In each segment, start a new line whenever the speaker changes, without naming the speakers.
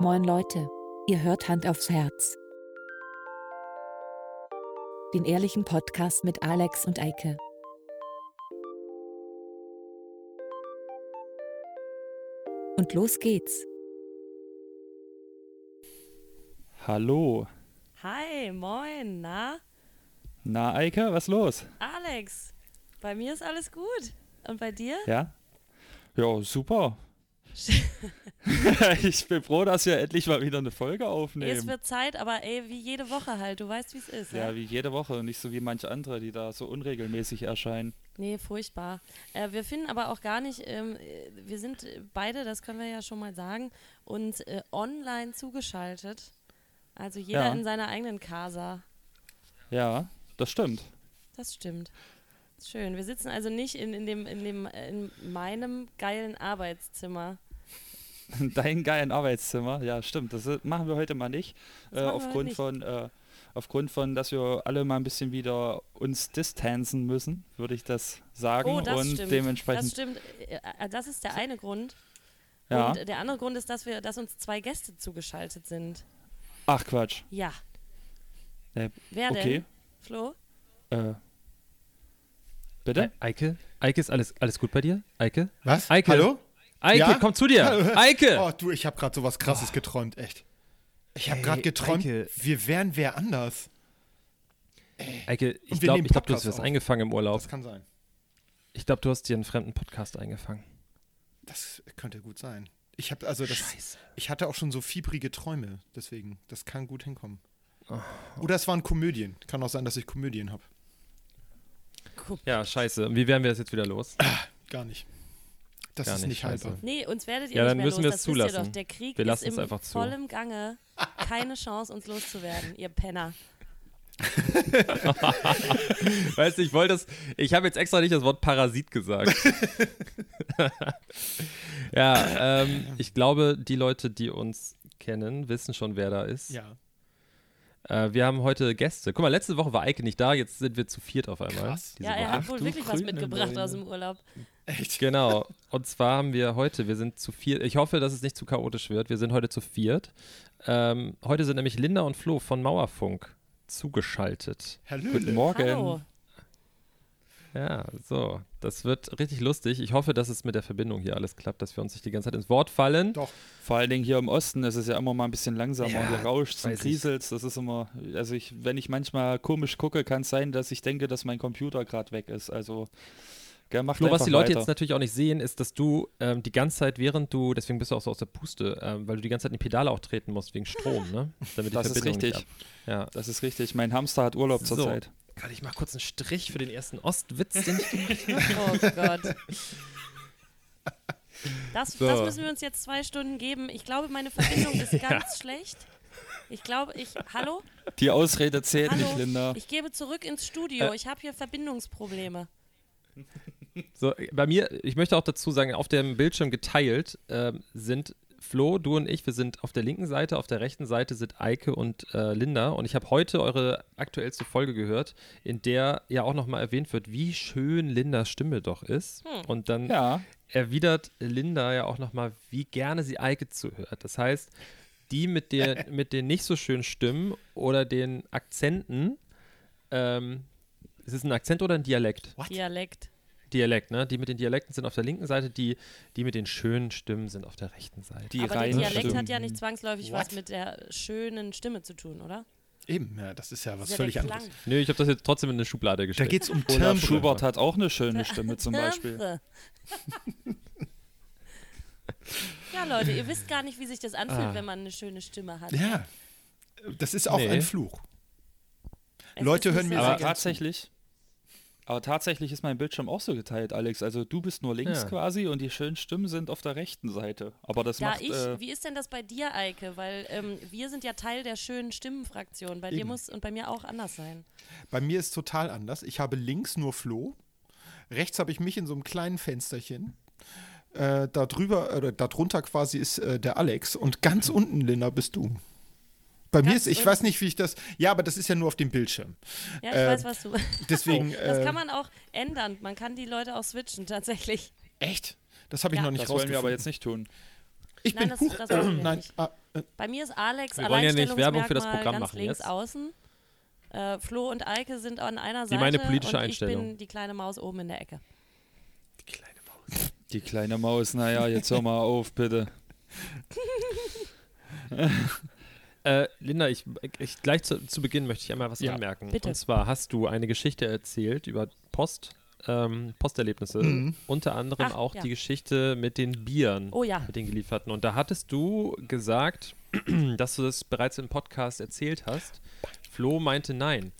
Moin Leute, ihr hört Hand aufs Herz. Den ehrlichen Podcast mit Alex und Eike. Und los geht's.
Hallo.
Hi, moin, na?
Na, Eike, was los?
Alex, bei mir ist alles gut. Und bei dir?
Ja? Ja, super. ich bin froh, dass wir endlich mal wieder eine Folge
Es
aufnehmen.
wird Zeit, aber ey, wie jede Woche halt. Du weißt, wie es ist.
Ja,
ne?
wie jede Woche und nicht so wie manche andere, die da so unregelmäßig erscheinen.
Nee, furchtbar. Äh, wir finden aber auch gar nicht, ähm, äh, wir sind äh, beide, das können wir ja schon mal sagen, uns äh, online zugeschaltet. Also jeder
Ja.
in seiner eigenen Casa.
Ja, das stimmt.
Das stimmt. Schön. Wir sitzen also nicht in, in, dem, in, dem, äh, in meinem geilen Arbeitszimmer.
Dein geilen Arbeitszimmer, ja, stimmt. Das äh, machen wir heute mal nicht. Äh,
machen wir heute
aufgrund
nicht.
von, äh, aufgrund von, dass wir alle mal ein bisschen wieder uns distanzen müssen, würde ich das sagen.
Oh, das
und
stimmt. Das
dementsprechend.
stimmt. Äh, äh, Das ist der eine Grund.
Ja.
Und äh, der andere Grund ist, dass wir, dass uns zwei Gäste zugeschaltet sind.
Ach Quatsch.
Ja.
Äh,
Wer
okay.
denn? Flo?
Äh, bitte?
E- Eike? Eike, ist alles, alles gut bei dir? Eike?
Was?
Eike?
Hallo?
Eike,
Ja?
komm zu dir! Eike!
Oh, du, ich habe gerade sowas krasses geträumt, echt. Ich habe
Ey,
gerade geträumt,
Eike.
wir wären wer anders.
Eike, ich
wir
glaube,
nehmen
glaub, du hast
Podcast
was
auf.
eingefangen im Urlaub.
Das kann sein.
Ich glaube, du hast dir einen fremden Podcast eingefangen.
Das könnte gut sein. Ich habe also das, ich hatte auch schon so fiebrige Träume, deswegen das kann gut hinkommen.
Oh,
Oder es waren Komödien. Kann auch sein, dass ich Komödien habe.
Ja, scheiße. Und wie werden wir das jetzt wieder los?
Gar nicht. Das
Gar
ist
nicht, also.
nicht haltbar.
scheiße.
Nee, uns werdet ihr
Ja,
nicht
dann
mehr
müssen
los.
wir
das
es
wisst ihr
zulassen.
doch. Der Krieg
Wir lassen
ist
es
im
einfach zu.
vollem Gange. Keine Chance, uns loszuwerden, ihr Penner.
Weißt du, ich wollte das. Ich habe jetzt extra nicht das Wort Parasit gesagt. ja, ähm, ich glaube, die Leute, die uns kennen, wissen schon, wer da ist.
Ja,
Äh, wir haben heute Gäste. Guck mal, letzte Woche war Eike nicht da, jetzt sind wir zu viert auf einmal.
Krass.
diese
ja,
Woche.
er hat
Ach,
wohl
du
wirklich was
grüne
mitgebracht
Neune.
aus dem Urlaub.
echt.
Genau. Und zwar haben wir heute, wir sind zu viert. Ich hoffe, dass es nicht zu chaotisch wird. Wir sind heute zu viert. Ähm, heute sind nämlich Linda und Flo von Mauerfunk zugeschaltet.
Guten
Hallo.
Morgen.
Hallo.
Ja, so. Das wird richtig lustig. Ich hoffe, dass es mit der Verbindung hier alles klappt, dass wir uns nicht die ganze Zeit ins Wort fallen.
Doch,
Vor allen Dingen hier im Osten ist es ja immer mal ein bisschen langsamer.
Ja,
und hier rauscht und
weiß ich.
kriselt. Das ist immer, also ich, wenn ich manchmal komisch gucke, kann es sein, dass ich denke, dass mein Computer gerade weg ist. Also, gell, macht
Flo, was
einfach
die Leute
weiter.
jetzt natürlich auch nicht sehen, ist, dass du ähm, die ganze Zeit, während du, deswegen bist du auch so aus der Puste, ähm, weil du die ganze Zeit in die Pedale auch treten musst wegen Strom, ne? Damit die
Das ist
Verbindung
richtig.
nicht ab- Ja.
Das ist richtig. Mein Hamster hat Urlaub
So.
zurzeit.
Warte, ich mach kurz einen Strich für den ersten Ostwitz, den ich
Oh Gott. Das,
So.
das müssen wir uns jetzt zwei Stunden geben. Ich glaube, meine Verbindung ist ganz schlecht. Ich glaube, ich. Hallo?
Die Ausrede zählt
Hallo?
nicht, Linda.
Ich gebe zurück ins Studio. Ich habe hier Verbindungsprobleme.
So, bei mir, ich möchte auch dazu sagen, auf dem Bildschirm geteilt ähm, sind Flo, du und ich, wir sind auf der linken Seite, auf der rechten Seite sind Eike und äh, Linda. Und ich habe heute eure aktuellste Folge gehört, in der ja auch nochmal erwähnt wird, wie schön Lindas Stimme doch ist. Und dann
Ja,
erwidert Linda ja auch nochmal, wie gerne sie Eike zuhört. Das heißt, die mit, der, mit den nicht so schönen Stimmen oder den Akzenten, ähm, ist es ein Akzent oder ein Dialekt?
Dialekt.
Dialekt, ne? Die mit den Dialekten sind auf der linken Seite, die, die mit den schönen Stimmen sind auf der rechten Seite.
die
Aber der
reinen
Dialekt
Stimmen.
hat ja nicht zwangsläufig was
What?
mit der schönen Stimme zu tun, oder?
eben, ja, das ist ja
Das
was
ist ja
völlig
der
anderes.
Klang.
Nö, ich habe das jetzt trotzdem in eine Schublade
Da
gestellt.
geht's um
Olaf
Timbre.
Schubert hat auch eine schöne Stimme zum Beispiel.
Ja, Leute, ihr wisst gar nicht, wie sich das anfühlt,
Ah.
wenn man eine schöne Stimme hat.
Ja. Das ist auch
Nee.
ein Fluch.
Es
Leute
ist nicht
hören mir
so-
Aber
Ergänzung.
tatsächlich, aber tatsächlich ist mein Bildschirm auch so geteilt, Alex. Also du bist nur links
Ja.
quasi und die schönen Stimmen sind auf der rechten Seite. Aber das
Da
macht
ich,
äh,
wie ist denn das bei dir, Eike? Weil ähm, wir sind ja Teil der schönen Stimmenfraktion. Bei dir
Eben.
muss und bei mir auch anders sein.
Bei mir ist total anders. Ich habe links nur Flo, rechts habe ich mich in so einem kleinen Fensterchen. Äh, da drüber oder da drunter quasi ist äh, der Alex und ganz unten Linda bist du. Bei mir
Ganz
ist, ich
unten?
weiß nicht, wie ich das. Ja, aber das ist ja nur auf dem Bildschirm.
Ja, ich
Äh,
weiß, was du.
Deswegen.
Das
äh,
kann man auch ändern. Man kann die Leute auch switchen, tatsächlich.
Echt? Das habe ich
Ja.
noch nicht
das wollen wir aber
rausgefunden.
jetzt nicht tun.
Ich
Nein,
bin
das-
Huch.
das machen wir
Nein,
nicht.
ah, äh,
Bei mir ist Alex
Wir wollen ja nicht Werbung für das
Alleinstellungsmerkmal
Programm
ganz
machen
links
jetzt.
außen. Äh, Flo und Eike sind an einer
Die
Seite
meine politische
und ich
Einstellung.
bin die kleine Maus oben in der Ecke.
Die kleine Maus, naja, jetzt hör mal auf, bitte.
Äh, Linda, ich, ich gleich zu, zu Beginn möchte ich einmal was
Ja.
anmerken.
Bitte.
Und zwar hast du eine Geschichte erzählt über Post, ähm, Posterlebnisse.
Mhm.
Unter anderem
Ach,
auch
ja.
die Geschichte mit den Bieren,
Oh ja.
mit den Gelieferten. Und da hattest du gesagt, dass du das bereits im Podcast erzählt hast. Flo meinte nein.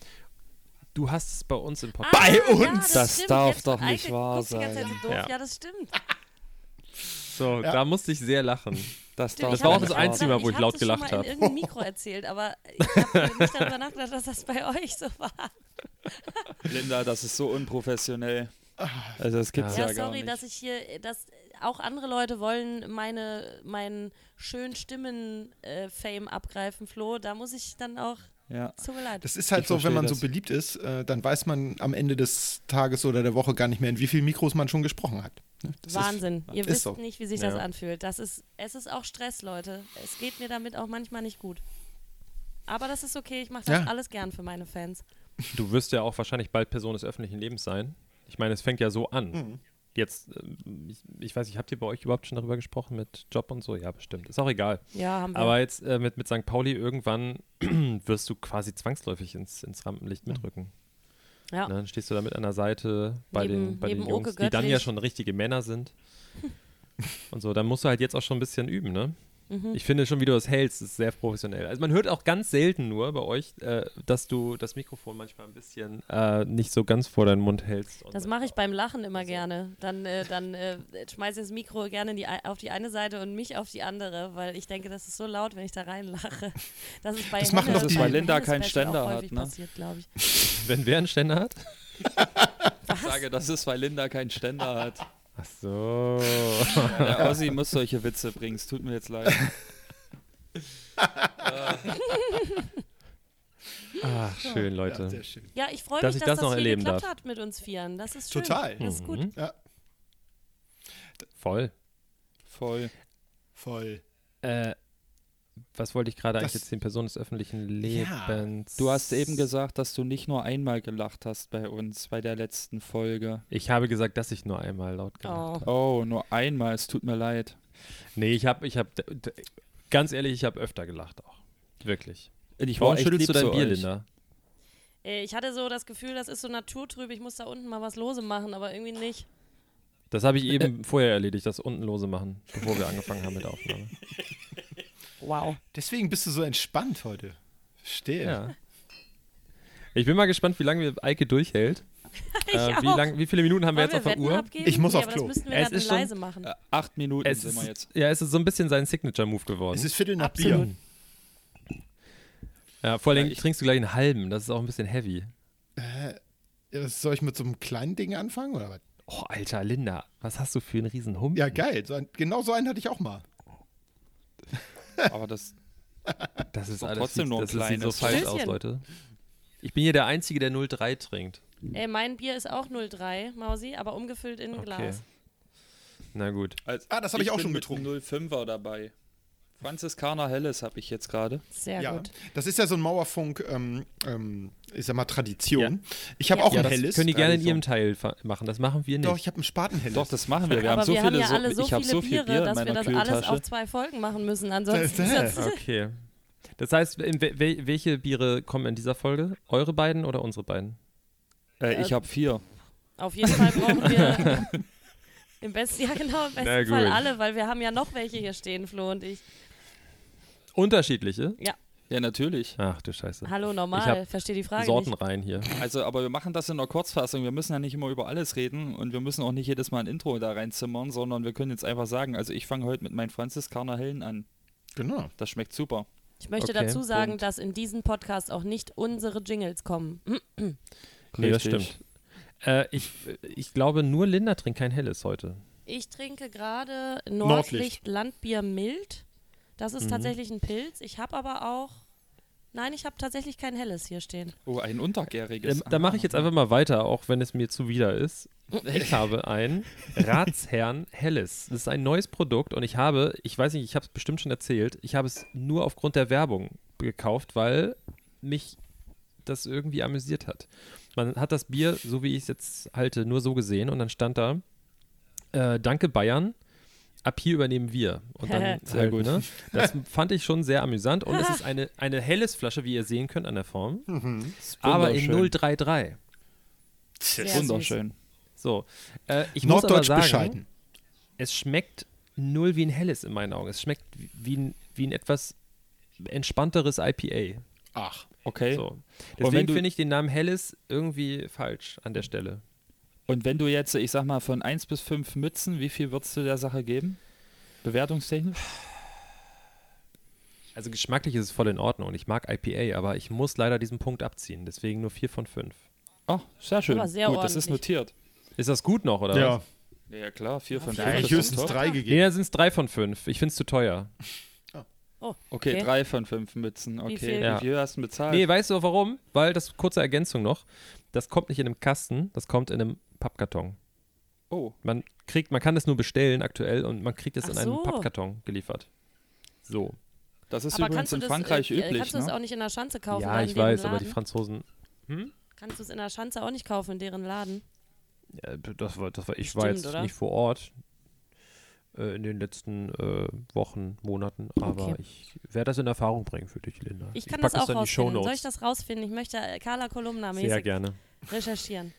Du hast es bei uns im Podcast.
Bei
Ah, ja,
uns?
Das
stimmt.
darf
Jetzt-
doch nicht
Eike
wahr
guckt die ganze Zeit
sein.
so doof.
Ja.
Ja. das stimmt.
So,
Ja.
da musste ich sehr lachen.
Das,
stimmt
darf
Das
ich
war
hab
auch das
das
einzige Mal,
gedacht,
wo ich laut
hab's schon mal
gelacht habe.
in irgendeinem Mikro erzählt, aber ich habe nicht darüber nachgedacht, dass das bei euch so war.
Linda, das ist so unprofessionell. Also das gibt's ja,
Ah. Ja,
ja gar
sorry,
nicht.
dass ich hier, dass auch andere Leute wollen meine, meinen schönen Stimmen-Fame abgreifen, Flo. Da muss ich dann auch,
ja.
tut mir leid.
das ist halt
Ich
so, wenn
verstehe
man
das.
so beliebt ist, äh, dann weiß man am Ende des Tages oder der Woche gar nicht mehr, in wie vielen Mikros man schon gesprochen hat. Ne? Das ist-
Wahnsinn. Ihr
ist
wisst
so.
nicht, wie sich das
Ja.
anfühlt. Das ist, es ist auch Stress, Leute. Es geht mir damit auch manchmal nicht gut. Aber das ist okay, ich mache das
Ja.
alles gern für meine Fans.
Du wirst ja auch wahrscheinlich bald Person des öffentlichen Lebens sein. Ich meine, es fängt ja so an. Jetzt, ähm, ich, ich weiß nicht, habt ihr bei euch überhaupt schon darüber gesprochen mit Job und so? Ja, bestimmt. Ist auch egal.
Ja, haben wir.
Aber jetzt äh, mit, mit St. Pauli irgendwann wirst du quasi zwangsläufig ins, ins Rampenlicht mitrücken.
Ja.
Ne? Dann stehst du da mit an der Seite bei
Neben-
den, bei den
neben
Jungs,
Oke
die dann ja
Göttlich.
schon richtige Männer sind. und so, dann musst du halt jetzt auch schon ein bisschen üben, ne?
Mhm.
Ich finde schon, wie du das hältst, ist sehr professionell. Also man hört auch ganz selten nur bei euch, äh, dass du das Mikrofon manchmal ein bisschen äh, nicht so ganz vor deinen Mund hältst. Und
Das mache ich beim Lachen immer gerne. Dann, äh, dann äh, schmeiße ich das Mikro gerne in die, ei- auf die eine Seite und mich auf die andere, weil ich denke, das ist so laut, wenn ich da reinlache. Das ist bei
Das machen
Henne-
doch die- Dass
bei Linda
Henne
keinen
Special
Ständer
auch
hat,
häufig
ne?
passiert, glaube ich.
Wenn wer einen Ständer hat?
Ich sage, das ist, weil Linda keinen Ständer hat.
Ach so.
Der Ossi muss solche Witze bringen, es tut mir jetzt leid. Ah,
Ach, Ah, schön, Leute.
Ja, sehr schön.
Ja, ich freue
Dass
mich,
ich
dass
das
das,
noch
hier
erleben
geklappt
darf.
hat mit uns Vieren. Das ist schön.
Total.
Das ist gut.
Mhm.
Ja,
Voll.
Voll.
voll.
Äh, was wollte ich gerade
Das-
eigentlich jetzt den Personen des öffentlichen
Ja.
Lebens?
Du hast eben gesagt, dass du nicht nur einmal gelacht hast bei uns, bei der letzten Folge.
Ich habe gesagt, dass ich nur einmal laut gemacht
Oh.
Oh, nur einmal, es tut mir leid.
habe. Nee, ich habe, ich habe, d- d- ganz ehrlich, ich habe öfter gelacht auch. Wirklich.
Ich
Warum
echt
schüttelst
lieb
du dein
zu
Bier,
euch.
Linda?
Äh, Ich hatte so das Gefühl, das ist so naturtrüb, ich muss da unten mal was lose machen, aber irgendwie nicht.
Das habe ich eben vorher erledigt, das unten lose machen, bevor wir angefangen haben mit der Aufnahme.
Wow.
Deswegen bist du so entspannt heute. Verstehe.
Ja. Ich bin mal gespannt, wie lange wir Eike durchhält.
Ich
Äh, wie,
auch.
lang, wie viele Minuten haben wir
Wollen
jetzt auf der
Wetten
Uhr?
abgeben?
Ich muss
nee,
auf
aber
Klo.
Das müssten wir
Es
dann
ist schon-
leise machen.
Äh, Acht Minuten
Es
sind
ist,
wir jetzt.
ja, es ist so ein bisschen sein Signature-Move geworden.
Es ist Viertel nach
Absolut.
Bier.
ja, vor allem
Ja, ich-
trinkst du gleich einen halben, das ist auch ein bisschen heavy.
Ja, was soll ich mit so einem kleinen Ding anfangen? Oder was?
Oh, alter Linda, was hast du für einen riesen Hump?
Ja, geil. So ein, genau so einen hatte ich auch mal.
Aber das,
Das ist
Doch
alles
trotzdem
viel-
nur ein
das sieht so
kleines.
falsch aus,
Stößchen.
Leute. Ich bin hier der Einzige, der 03 trinkt.
Ey, Äh, mein Bier ist auch 03, Mausi, aber umgefüllt in ein Glas.
Na gut.
als-
Ah, das habe ich auch
bin
schon
mit
getrunken.
einem 05er dabei. Franziskaner Helles habe ich jetzt gerade.
Sehr
ja,
gut.
das ist ja so ein Mauerfunk, ähm, ähm, ich sag mal, Tradition. Ich habe
Ja.
auch
Ja,
ein
das
helles. also. Äh,
können die gerne in
Tradition.
ihrem Teil fa- machen. Das machen wir nicht.
Doch, ich habe ein Spatenhelles.
Doch, das machen wir. Wir
Aber
haben so
wir
viele,
haben ja
so,
alle so
ich habe
viele
so viel
Biere,
Bier in
dass
meiner
wir das alles
Kühltasche.
auf zwei Folgen machen müssen. Ansonsten ist das
okay. Das heißt, in we wel- welche Biere kommen in dieser Folge? Eure beiden oder unsere beiden?
äh, ich habe vier.
auf jeden Fall brauchen wir im besten, ja genau, im
Na
besten
gut.
Fall alle, weil wir haben ja noch welche hier stehen, Flo und ich.
Unterschiedliche?
Ja, natürlich.
Ach du Scheiße.
Hallo
Ich
normal, verstehe die Frage
Sorten
nicht.
rein hier.
Also, aber wir machen das in der Kurzfassung. Wir müssen ja nicht immer über alles reden und wir müssen auch nicht jedes Mal ein Intro da reinzimmern, sondern wir können jetzt einfach sagen, also ich fange heute mit meinen Franziskaner Hellen an.
genau.
Das schmeckt super.
Ich möchte
Okay,
dazu sagen,
Punkt.
dass in diesem Podcast auch nicht unsere Jingles kommen. Hm,
Nee, das
Richtig.
stimmt. Äh, ich, ich glaube, nur Linda trinkt kein helles heute.
Ich trinke gerade
Nordlicht.
Nordlicht Landbier mild. Das ist tatsächlich ein Pilz. Ich habe aber auch Nein, ich habe tatsächlich kein helles hier stehen.
Oh, ein untergäriges.
Ähm, da mache ich jetzt einfach mal weiter, auch wenn es mir zuwider ist. Ich habe ein Ratsherrn Helles. Das ist ein neues Produkt und ich habe, ich weiß nicht, ich habe es bestimmt schon erzählt, ich habe es nur aufgrund der Werbung gekauft, weil mich das irgendwie amüsiert hat. Man hat das Bier, so wie ich es jetzt halte, nur so gesehen und dann stand da, äh, danke Bayern, ab hier übernehmen wir. Und dann
Sehr
halt,
gut.
Ne? Das fand ich schon sehr amüsant und es ist eine, eine helles Flasche, wie ihr sehen könnt an der Form, aber in 033.
Sehr
Wunderschön.
So, äh, ich muss aber
Norddeutsch
sagen,
bescheiden.
es schmeckt null wie ein helles in meinen Augen. Es schmeckt wie ein, wie ein etwas entspannteres IPA.
Ach.
Okay.
So.
wenn
Deswegen
du-
finde ich den Namen Helles irgendwie falsch an der Stelle.
Und wenn du jetzt, ich sag mal, von 1 bis 5 Mützen, wie viel würdest du der Sache geben? Bewertungstechnisch?
Also geschmacklich ist es voll in Ordnung und ich mag IPA, aber ich muss leider diesen Punkt abziehen. Deswegen nur 4 von 5.
Oh, sehr schön.
Aber sehr
gut, das ist
ordentlich.
notiert.
Ist das gut noch, oder was?
Ja,
Ja, klar, 4 von
Ja, ich
da hätte
5.
ich höchstens drei
Nee,
gegeben.
dann sind es 3 von 5. Ich finde es zu teuer.
Oh,
Okay,
Okay.
3 von 5 Mützen. Okay, wie viel,
viel?
Ja.
hast du bezahlt?
Nee, weißt du warum? Weil, das kurze Ergänzung noch, das kommt nicht in einem Kasten, das kommt in einem Pappkarton.
Oh,
Man kriegt, man kann es nur bestellen aktuell und man kriegt es
Ach
in einem
so.
Pappkarton geliefert. So.
das ist
aber
übrigens
kannst du
in
das,
Frankreich
äh, äh,
üblich.
Kannst du das
Ne?
auch nicht in der Schanze kaufen?
ja,
oder in
ich
deren
weiß,
Laden?
aber die Franzosen,
Kannst du es in der Schanze auch nicht kaufen, in deren Laden?
äh, das war, das war, ich war
Bestimmt,
jetzt
oder?
nicht vor Ort äh, in den letzten äh, Wochen, Monaten, aber
Okay.
ich werde das in Erfahrung bringen für dich, Linda.
Ich kann
pack
das auch
dann in die
rausfinden.
Shownotes.
Soll ich das rausfinden? Ich möchte äh, Carla Kolumna
Sehr
mäßig
gerne.
recherchieren.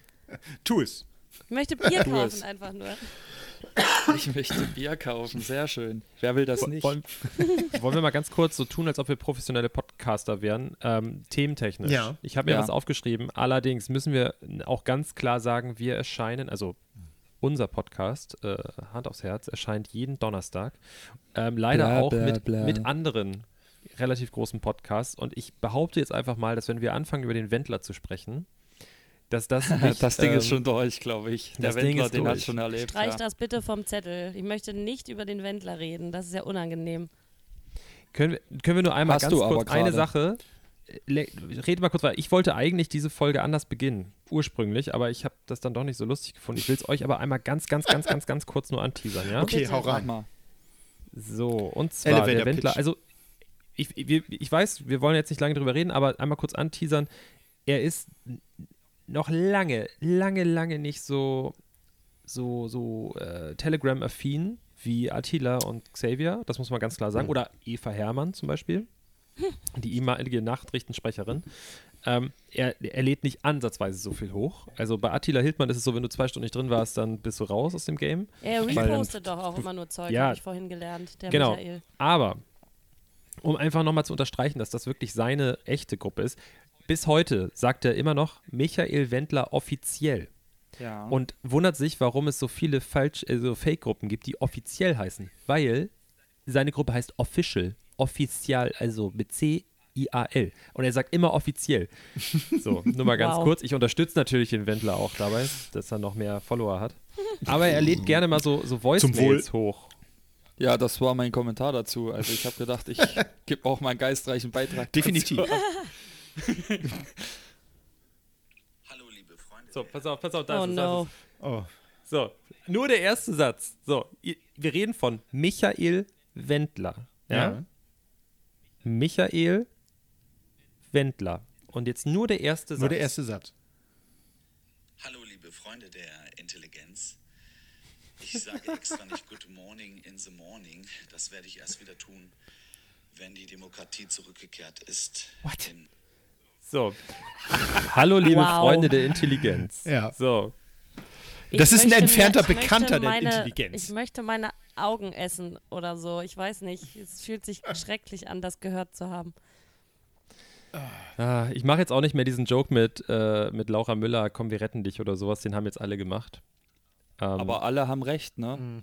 Tu es.
Ich möchte Bier
Tu es.
kaufen einfach nur.
Ich möchte Bier kaufen, sehr schön. Wer will das nicht?
Wollen, wollen wir mal ganz kurz so tun, als ob wir professionelle Podcaster wären, ähm, thementechnisch.
Ja.
Ich habe mir
Ja.
was aufgeschrieben. Allerdings müssen wir auch ganz klar sagen, wir erscheinen, also unser Podcast, äh, Hand aufs Herz, erscheint jeden Donnerstag. Ähm, leider
Bla,
auch
bla,
mit,
bla.
mit anderen relativ großen Podcasts. Und ich behaupte jetzt einfach mal, dass wenn wir anfangen, über den Wendler zu sprechen, dass das nicht,
das Ding ist
ähm,
schon durch, glaube ich. Der
das Ding
Wendler,
ist
den hat
durch.
schon erlebt.
Streich
ja.
das bitte vom Zettel. Ich möchte nicht über den Wendler reden. Das ist ja unangenehm.
Können wir, können wir nur einmal
Hast
ganz
du
kurz
aber
eine
gerade.
Sache. äh, le- Rede mal kurz weiter. Ich wollte eigentlich diese Folge anders beginnen, ursprünglich, aber ich habe das dann doch nicht so lustig gefunden. Ich will es euch aber einmal ganz, ganz, ganz, ganz, ganz kurz nur anteasern, ja?
Okay, hau
Mach
rein.
mal.
So, und zwar der
Elevator
Wendler.
Pitch.
Also, ich, ich, wir- ich weiß, wir wollen jetzt nicht lange drüber reden, aber einmal kurz anteasern. Er ist n- noch lange, lange, lange nicht so, so, so äh, Telegram-affin wie Attila und Xavier, das muss man ganz klar sagen.
Mhm.
Oder Eva Hermann zum Beispiel, die ehemalige Nachrichtensprecherin. Ähm, er, er lädt nicht ansatzweise so viel hoch. Also bei Attila Hildmann ist es so, wenn du zwei Stunden nicht drin warst, dann bist du raus aus dem Game.
Er
Weil-
repostet doch auch immer nur Zeug,
Ja.
habe ich vorhin gelernt, der
Genau.
Michael.
Aber um einfach nochmal zu unterstreichen, dass das wirklich seine echte Gruppe ist, bis heute sagt er immer noch Michael Wendler offiziell
Ja.
und wundert sich, warum es so viele falsch, äh, so Fake-Gruppen gibt, die offiziell heißen, weil seine Gruppe heißt Official, offizial, also mit C. IAL. Und er sagt immer offiziell. So, nur mal ganz
Wow.
kurz. Ich unterstütze natürlich den Wendler auch dabei, dass er noch mehr Follower hat. Aber er lädt gerne mal so, so Voice-Mails hoch.
ja, das war mein Kommentar dazu. Also ich habe gedacht, ich gebe auch mal einen geistreichen Beitrag.
Definitiv.
Hallo, liebe Freunde.
So, pass auf, pass auf, da
Oh
ist also es, da ist es.
no.
Oh.
So, nur der erste Satz. So, i- wir reden von Michael Wendler. Ja?
Ja.
Michael Wendler. Und jetzt nur der erste Satz.
Nur der erste Satz.
Hallo, liebe Freunde der Intelligenz. Ich sage extra nicht Good Morning in the Morning. Das werde ich erst wieder tun, wenn die Demokratie zurückgekehrt ist. What? In
So. Hallo, liebe
Wow.
Freunde der Intelligenz.
Ja.
So,
Ich
Das ist ein
möchte
entfernter
ich möchte
Bekannter der
meine,
Intelligenz.
Ich möchte meine Augen essen oder so. Ich weiß nicht. Es fühlt sich schrecklich an, das gehört zu haben.
ah, ich mache jetzt auch nicht mehr diesen Joke mit, äh, mit Laura Müller, komm, wir retten dich oder sowas. Den haben jetzt alle gemacht. Ähm,
Aber alle haben recht, ne?
Mhm.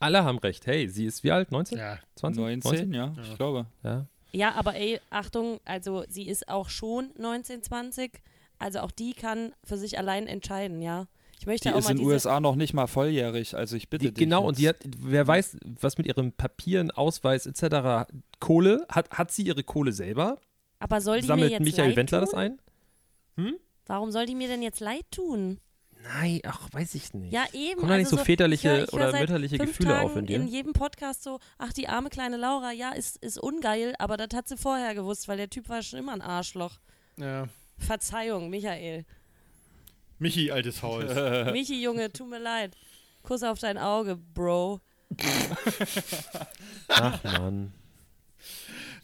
alle haben recht. Hey, sie ist wie alt? 19?
Ja.
20?
19, ja, ich glaube.
Ja.
Ja, aber ey, Achtung, also sie ist auch schon 1920. Also auch die kann für sich allein entscheiden, ja. Ich möchte
Die
oh
auch
ist
mal
in den
diese,
USA noch nicht mal volljährig, also ich bitte
Die,
dich.
genau,
jetzt.
und die hat, wer weiß, was mit ihren Papieren, Ausweis etc. Kohle, hat, hat sie ihre Kohle selber?
Aber soll die mir
Sammelt
jetzt
Michael
leid
Wendler
tun?
das ein?
Warum soll die mir denn jetzt leid tun?
Nein, ach, weiß ich nicht.
Ja, eben.
Kommen da nicht
also
so väterliche
ich hör- ich hör
oder
seit
mütterliche
fünf
Gefühle
Tagen
auf in dir?
In jedem Podcast so, ach, die arme kleine Laura, ja, ist, ist ungeil, aber das hat sie vorher gewusst, weil der Typ war schon immer ein Arschloch.
Ja.
Verzeihung, Michael.
Michi, altes Haus. Äh,
Äh.
Michi, Junge, tut mir leid. Kuss auf dein Auge, Bro.
Ach, Mann.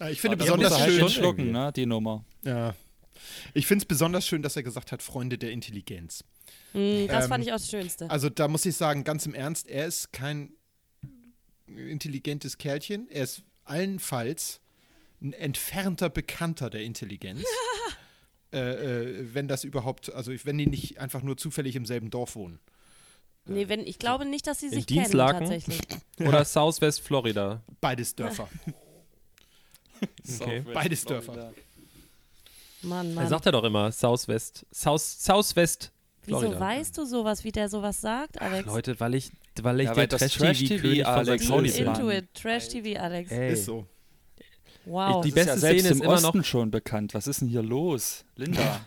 Ja, ich finde
Aber
besonders
muss er
halt
schön.
schon schlucken,
irgendwie.
ne, die Nummer.
Ja. Ich finde es besonders schön, dass er gesagt hat, Freunde der Intelligenz.
Hm, das
Ähm,
fand ich auch das Schönste.
Also da muss ich sagen, ganz im Ernst, er ist kein intelligentes Kerlchen. Er ist allenfalls ein entfernter Bekannter der Intelligenz. äh, äh, wenn das überhaupt, also wenn die nicht einfach nur zufällig im selben Dorf wohnen.
Nee, wenn, ich glaube nicht, dass sie sich kennen
Dienstlaken?
tatsächlich.
Oder Southwest Florida.
Beides Dörfer.
Okay.
Beides Dörfer.
Mann,
Er
Mann.
sagt er doch immer, Southwest. South, Southwest
Wieso
Florida.
weißt du sowas, wie der sowas sagt, Alex?
Leute, weil ich, weil ich
Ja,
der
weil das
Trash-TV-König
Trash-TV
von
Alex
Sachsen
Holy
Deep
ist
bin.
Mann.
into it. Trash TV, Alex.
Ey.
Ist so.
Wow.
Die
Die beste
beste
ist ja
Szene
selbst
ist
im
immer noch-
Osten schon bekannt. Was ist denn hier los? Linda.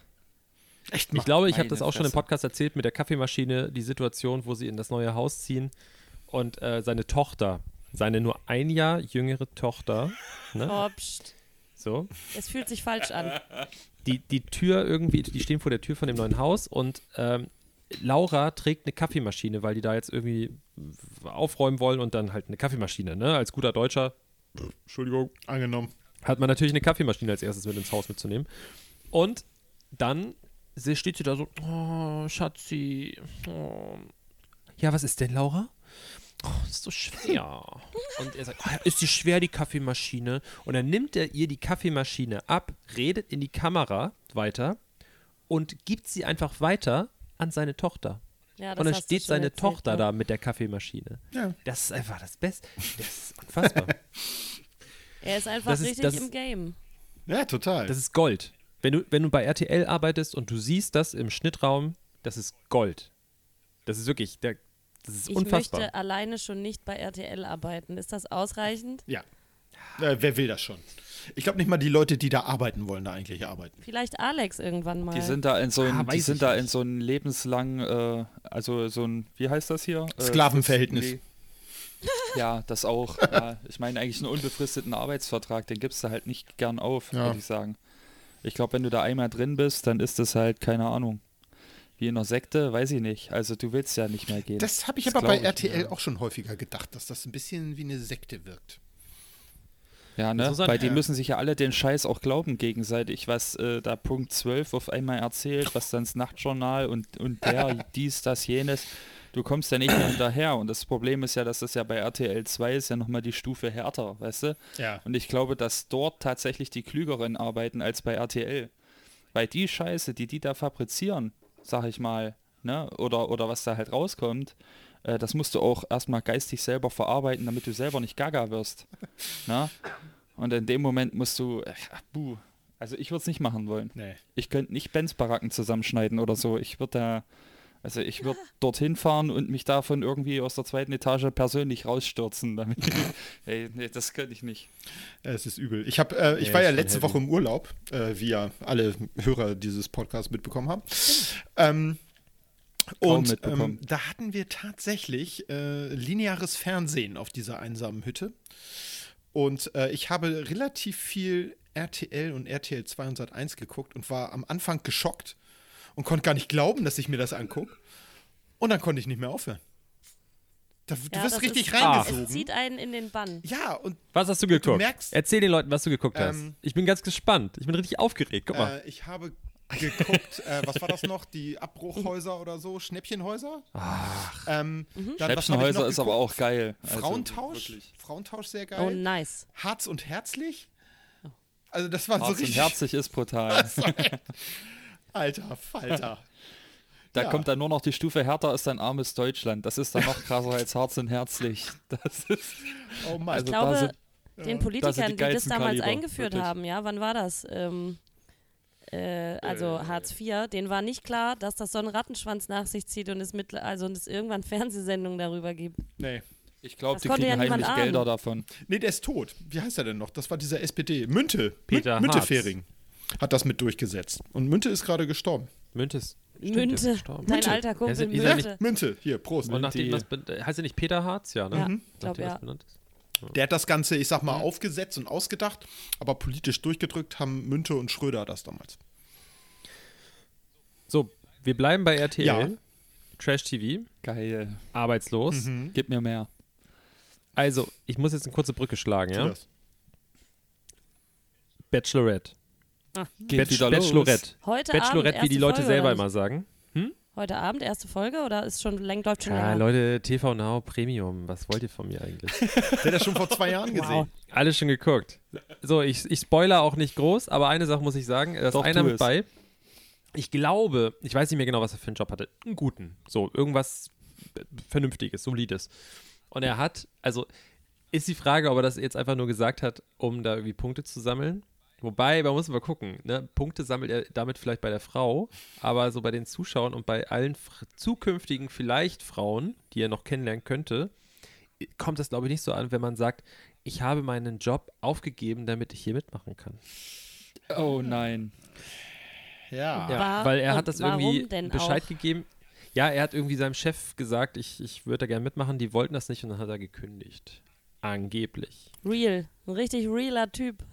Echt
Ich glaube, ich habe
meine
das auch schon im
Fresse.
Podcast erzählt mit der Kaffeemaschine, die Situation, wo sie in das neue Haus ziehen und äh, seine Tochter, seine nur ein Jahr jüngere Tochter, ne,
Oh, pst.
so,
Es fühlt sich falsch an.
die, die Tür irgendwie, die stehen vor der Tür von dem neuen Haus und ähm, Laura trägt eine Kaffeemaschine, weil die da jetzt irgendwie aufräumen wollen und dann halt eine Kaffeemaschine, ne? Als guter Deutscher, Entschuldigung,
Angenommen.
hat man natürlich eine Kaffeemaschine als erstes mit ins Haus mitzunehmen. Und dann sie- steht sie da so, oh, Schatzi, oh. ja, was ist denn, Laura? Oh, das ist so schwer. Und er sagt, oh, ist die schwer, die Kaffeemaschine? Und dann nimmt er ihr die Kaffeemaschine ab, redet in die Kamera weiter und gibt sie einfach weiter an seine Tochter.
Ja, das
und dann
hast du
steht
schon
seine
erzählt,
Tochter
ja.
da mit der Kaffeemaschine.
Ja.
Das ist einfach das Beste. Das ist unfassbar.
Er ist einfach
Das ist-
richtig
das
im
ist-
Game.
Ja, total.
Das ist Gold. Wenn du, wenn du bei RTL arbeitest und du siehst das im Schnittraum, das ist Gold. Das ist wirklich, der, das ist
Ich
unfassbar.
möchte alleine schon nicht bei RTL arbeiten. Ist das ausreichend?
ja. Äh, wer will das schon? Ich glaube nicht mal die Leute, die da arbeiten wollen, da eigentlich arbeiten.
Vielleicht Alex irgendwann mal.
Die sind da in so
Ah,
ein, die
weiß ich
sind da in
nicht.
so ein lebenslang, äh, also so ein, wie heißt das hier? Äh,
Sklavenverhältnis.
nee. Ja, das auch. ja, ich meine eigentlich einen unbefristeten Arbeitsvertrag, den gibst du halt nicht gern auf,
Ja.
würde ich sagen. Ich glaube, wenn du da einmal drin bist, dann ist das halt, keine Ahnung. Wie in einer Sekte, weiß ich nicht. Also du willst ja nicht mehr gehen.
Das habe ich
Das
aber bei
glaub ich,
RTL auch schon häufiger gedacht, dass das ein bisschen wie eine Sekte wirkt.
Ja, ne?
Das muss sein,
Weil die
ja.
müssen sich ja alle den Scheiß auch glauben gegenseitig, was äh, da Punkt 12 auf einmal erzählt, was dann das Nachtjournal und, und der, dies, das, jenes. Du kommst ja nicht mehr hinterher. Und das Problem ist ja, dass das ja bei RTL 2 ist ja nochmal die Stufe härter, weißt du?
Ja.
Und ich glaube, dass dort tatsächlich die Klügeren arbeiten als bei RTL. Weil die Scheiße, die die da fabrizieren, sag ich mal, ne, oder, oder was da halt rauskommt, äh, das musst du auch erstmal geistig selber verarbeiten, damit du selber nicht gaga wirst. ne? Und in dem Moment musst du, äh, ach, buh. Also ich würde es nicht machen wollen.
Nee.
Ich könnte nicht Benz Baracken zusammenschneiden oder so. Ich würde da, also ich würde dorthin fahren und mich davon irgendwie aus der zweiten Etage persönlich rausstürzen. Damit Ey, nee, das könnte ich nicht.
Ja, Es ist übel. Ich, hab, äh, ich
Ja,
war
ist
ja
schon
letzte
heavy.
Woche im Urlaub, äh, wie ja alle Hörer dieses Podcasts mitbekommen haben. Ähm,
Kaum
und ähm,
mitbekommen.
da hatten wir tatsächlich äh, lineares Fernsehen auf dieser einsamen Hütte. Und äh, ich habe relativ viel RTL und RTL 2 und Sat 1 geguckt und war am Anfang geschockt und konnte gar nicht glauben, dass ich mir das angucke. Und dann konnte ich nicht mehr aufhören. Da, du
Ja,
wirst
das
richtig
ist- Es
reingesogen.
zieht einen in den Bann.
Ja, und
was hast du geguckt?
merkst-
Erzähl den Leuten, was du geguckt hast.
Ähm,
Ich bin ganz gespannt. Ich bin richtig aufgeregt. Guck
Ah.
mal.
Äh, ich habe geguckt, äh, was war das noch? Die Abbruchhäuser oder so, Schnäppchenhäuser. Ach. Ähm,
Mhm.
dann, was habe ich noch
Schnäppchenhäuser ist aber
geguckt?
auch geil. Also,
Frauentausch.
wirklich.
Frauentausch sehr geil.
Oh, nice.
Harz und herzlich.
Oh.
Also das war so
Harz und
richtig.
herzlich ist brutal.
Alter Falter.
Da
Ja.
kommt dann nur noch die Stufe härter ist ein armes Deutschland. Das ist dann noch krasser als Harz und herzlich. Das ist
Oh Mann.
Also-
Ich
da
glaube,
sind-
den
da sind
Politikern,
die
die, das
geilsten
damals
Kaliber,
eingeführt
wirklich.
haben, ja, wann war das? Ähm, äh, also Hartz IV, denen war nicht klar, dass das so einen Rattenschwanz nach sich zieht und es, mit, also, und es irgendwann Fernsehsendungen darüber gibt.
nee.
ich glaube,
Das
die
konnte
kriegen
ja niemand
heimlich
ahnen.
Gelder davon.
nee, der ist tot. Wie heißt er denn noch? Das war dieser SPD. Münte. Mün-
Peter Harz.
Müntefering. hat das mit durchgesetzt. Und Münte ist gerade gestorben.
Müntes. stimmt,
Münte.
der ist gestorben.
Dein
Münte.
alter
Ja,
Kumpel
sie- ihr
Münte.
seid
Ja, Münte, hier, Prost.
Und nachdem
Die-
das, ben- äh, heißt er nicht Peter Harz, ja, ne?
Ja,
Mhm.
Nachdem
glaub,
das
ja.
benannt ist.
Der hat das Ganze, ich sag mal, aufgesetzt und ausgedacht, aber politisch durchgedrückt haben Münte und Schröder das damals.
So, wir bleiben bei RTL.
Ja.
Trash TV,
Geil.
arbeitslos.
Mhm. Hm?
Gib mir mehr.
Also, ich muss jetzt eine kurze Brücke schlagen,
Tu
ja?
das.
Bachelorette.
Hm?
Geht wieder los.
Bachelorette.
Heute
Bachelorette,
Abend,
wie die
erste
Leute
Folge,
selber
oder
immer sagen.
nicht? Heute Abend erste Folge oder ist schon läng- läuft schon
Ja,
länger?
Leute, TV Now Premium, was wollt ihr von mir eigentlich?
Der hat das schon vor zwei Jahren gesehen.
Alles schon geguckt. So, ich, ich spoiler auch nicht groß, aber eine Sache muss ich sagen, da ist
Doch,
einer
tu
mit
es.
bei. Ich glaube, ich weiß nicht mehr genau, was er für einen Job hatte. Einen guten. So, irgendwas Vernünftiges, Solides. Und er hat, also ist die Frage, ob er das jetzt einfach nur gesagt hat, um da irgendwie Punkte zu sammeln. Wobei, man muss mal gucken, ne? Punkte sammelt er damit vielleicht bei der Frau, aber so bei den Zuschauern und bei allen fr- zukünftigen vielleicht Frauen, die er noch kennenlernen könnte, kommt das, glaube ich, nicht so an, wenn man sagt, ich habe meinen Job aufgegeben, damit ich hier mitmachen kann.
Oh nein.
Ja.
War-
weil er hat
und
das irgendwie
warum denn
Bescheid
auch?
gegeben. Ja, er hat irgendwie seinem Chef gesagt, ich, ich würde da gerne mitmachen, die wollten das nicht und dann hat er gekündigt. Angeblich.
Real. Ein richtig realer Typ.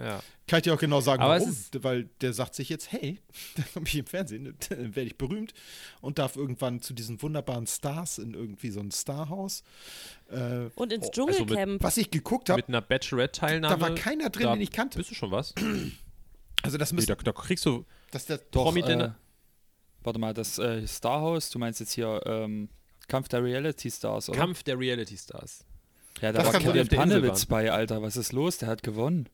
Ja.
Kann ich dir auch genau sagen,
Aber es
warum. Weil der sagt sich jetzt, hey, dann komme ich im Fernsehen, dann werde ich berühmt und darf irgendwann zu diesen wunderbaren Stars in irgendwie so ein Starhaus. Äh,
Und ins
also mit-
Dschungelcamp.
was ich geguckt habe,
Mit einer Bachelorette-Teilnahme.
da war keiner drin,
da
den ich kannte.
Bist du schon was?
Also das
Nee,
müsste,
da, da kriegst du.
dass der
Doch,
Promi
äh,
Dinner.
warte mal, das äh, Starhaus, du meinst jetzt hier ähm, Kampf der Reality Stars, oder?
Kampf der Reality Stars.
ja, da
Das
war
kann
Kevin
auf der Insel
Panewitz bei, Alter. Was ist los? Der hat gewonnen.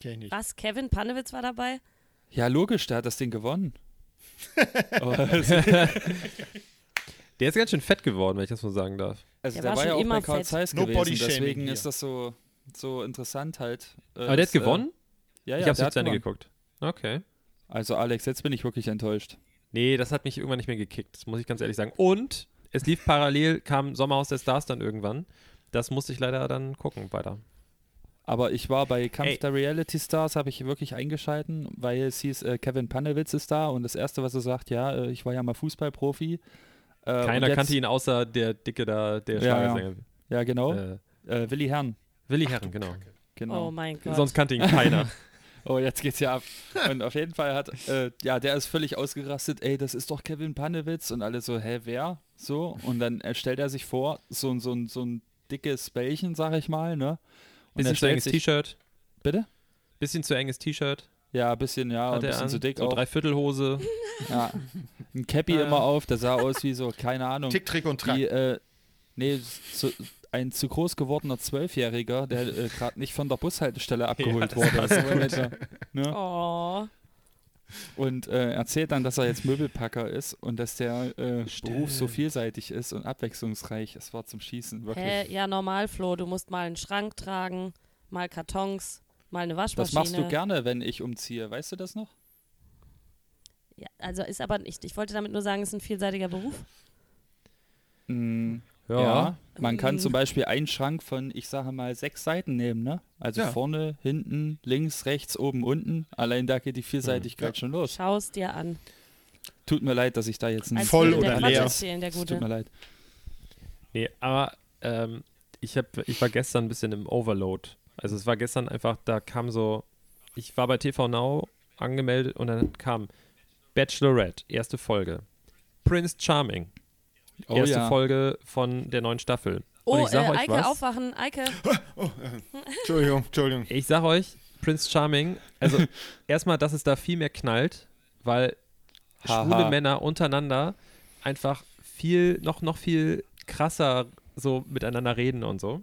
kenn ich nicht.
Was? Kevin Pannewitz war dabei?
Ja, logisch, der hat das Ding gewonnen.
Also-
Der ist ganz schön fett geworden, wenn ich das mal sagen darf.
Also
Der
der,
war
war,
schon
ja auch
immer
bei Carl
fett.
Zeiss
No body
gewesen, deswegen
shaming
ist
hier.
das so, so interessant halt. äh,
Aber der
dass,
hat gewonnen?
Äh, ja, ja,
ich hab's
der
nicht
hat
zu Ende
gewonnen.
geguckt. Okay.
Also Alex, jetzt bin ich wirklich enttäuscht.
Nee, das hat mich irgendwann nicht mehr gekickt, das muss ich ganz ehrlich sagen. Und es lief parallel, kam Sommerhaus der Stars dann irgendwann. Das musste ich leider dann gucken weiter.
Aber ich war bei Kampf
Ey.
der Reality Stars, habe ich wirklich eingeschalten, weil es hieß, äh, Kevin Panewitz ist da und das Erste, was er sagt, ja, äh, ich war ja mal Fußballprofi. Äh, und
Keiner
jetzt-
kannte ihn außer der Dicke da,
Ja,
der
ja.
Schlagersänger.
Ja, genau.
Äh,
Äh, Willi Herrn,
Willi Herren, genau.
genau.
Oh mein Gott.
Sonst kannte ihn keiner.
Oh, jetzt geht's ja ab. Und auf jeden Fall hat, äh, ja, der ist völlig ausgerastet, ey, das ist doch Kevin Panewitz und alle so, hä, wer? So, und dann äh, stellt er sich vor, so, ein- so, ein- so ein dickes Bällchen, sag ich mal, ne? Und
Bisschen
er
zu
stellt
enges
sich,
T-Shirt.
bitte?
Bisschen zu enges T-Shirt.
Ja, ein bisschen, ja, und
Hat
ein
er
bisschen
an.
zu dick
so Ah.
auch.
Dreiviertelhose.
Ja. Ein Cappy
Ja, ja.
immer auf, der sah aus wie so, keine Ahnung,
Tick, Trick und Track.
wie, äh, nee, so, ein zu groß gewordener Zwölfjähriger, der äh, gerade nicht von der Bushaltestelle abgeholt wurde. So ungefähr, ne?
Oh.
und äh, erzählt dann, dass er jetzt Möbelpacker ist und dass der äh, Beruf so vielseitig ist und abwechslungsreich. Es war zum Schießen, wirklich.
Hä? Ja, normal, Flo. Du musst mal einen Schrank tragen, mal Kartons, mal eine Waschmaschine.
Das machst du gerne, wenn ich umziehe. Weißt du das noch?
Ja, also ist aber nicht. Ich wollte damit nur sagen, es ist ein vielseitiger Beruf.
Mm, ja. Man kann zum Beispiel einen Schrank von, ich sage mal, sechs Seiten nehmen, ne? Also
Ja.
vorne, hinten, links, rechts, oben, unten. Allein da geht die Vielseitigkeit
Ja.
schon los.
Schau's dir an.
Tut mir leid, dass ich da jetzt ein
Als
Voll
würde der
oder
Quatsch
leer.
Erzählen, der
Tut mir
Gute.
leid.
Nee, aber ähm, ich, hab, ich war gestern ein bisschen im Overload. Also es war gestern einfach, da kam so, ich war bei TV Now angemeldet und dann kam Bachelorette, erste Folge. Prince Charming,
Oh
erste
ja.
Folge von der neuen Staffel. und
Oh,
ich sag
äh,
euch
Eike,
was,
aufwachen. Eike.
Entschuldigung, Entschuldigung.
ich sag euch, Prince Charming, also erstmal, dass es da viel mehr knallt, weil schwule
Haha.
Männer untereinander einfach viel, noch, noch viel krasser so miteinander reden und so.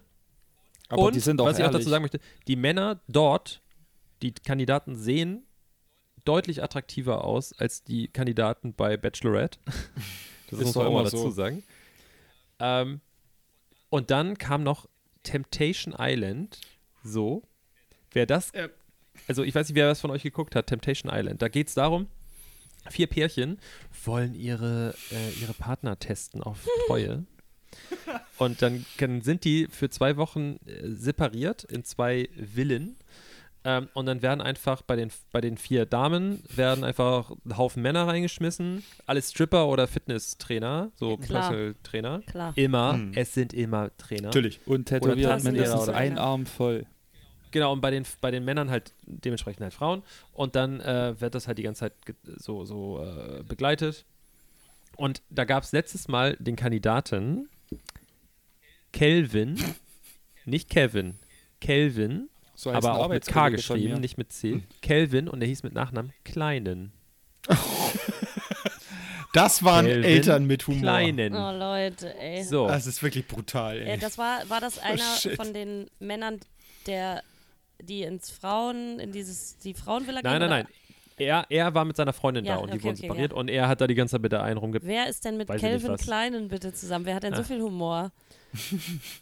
Aber
und,
die sind auch
was ich auch
ehrlich.
dazu sagen möchte, die Männer dort, die Kandidaten sehen deutlich attraktiver aus als die Kandidaten bei Bachelorette. Das
Ist
muss
doch
man auch mal
immer
dazu
so.
sagen. Ähm, und dann kam noch Temptation Island. So. Wer das. Also, ich weiß nicht, wer das von euch geguckt hat. Temptation Island. Da geht es darum, vier Pärchen wollen ihre, äh, ihre Partner testen auf Treue. Und dann, dann sind die für zwei Wochen äh, separiert in zwei Villen Ähm, und dann werden einfach bei den, bei den vier Damen werden einfach ein Haufen Männer reingeschmissen. Alle Stripper oder Fitness-Trainer, so
Klar.
Personal-Trainer.
Klar.
Immer, es sind immer Trainer.
Natürlich.
Und
Oder
tätowiert
tanzen
mindestens
oder-
ein Arm voll.
Genau, und bei den, bei den Männern halt dementsprechend halt Frauen. Und dann äh, wird das halt die ganze Zeit ge- so, so äh, begleitet. Und da gab es letztes Mal den Kandidaten Kelvin, nicht Kevin, Kelvin,
So heißt
aber
ein
auch mit K
Arbeitskollege von mir. Hm.
geschrieben, nicht mit C. Kelvin und der hieß mit Nachnamen Kleinen.
Das waren
Kelvin
Eltern mit Humor.
Kleinen.
Oh Also, Leute, ey.
So, Oh,
Das ist wirklich brutal, ey.
Äh, das war, war das einer
shit.
von den Männern, der die ins Frauen, in dieses, die Frauenvilla
nein,
ging,
nein,
oder-
nein. Er, er war mit seiner Freundin
Ja,
da und die
okay,
wurden
okay,
separiert und er hat da die ganze Zeit mit der einen rumge
Wer ist denn mit
Weiß ich
Calvin
nicht, was.
Kleinen bitte zusammen? Wer hat denn so
Ah.
viel Humor?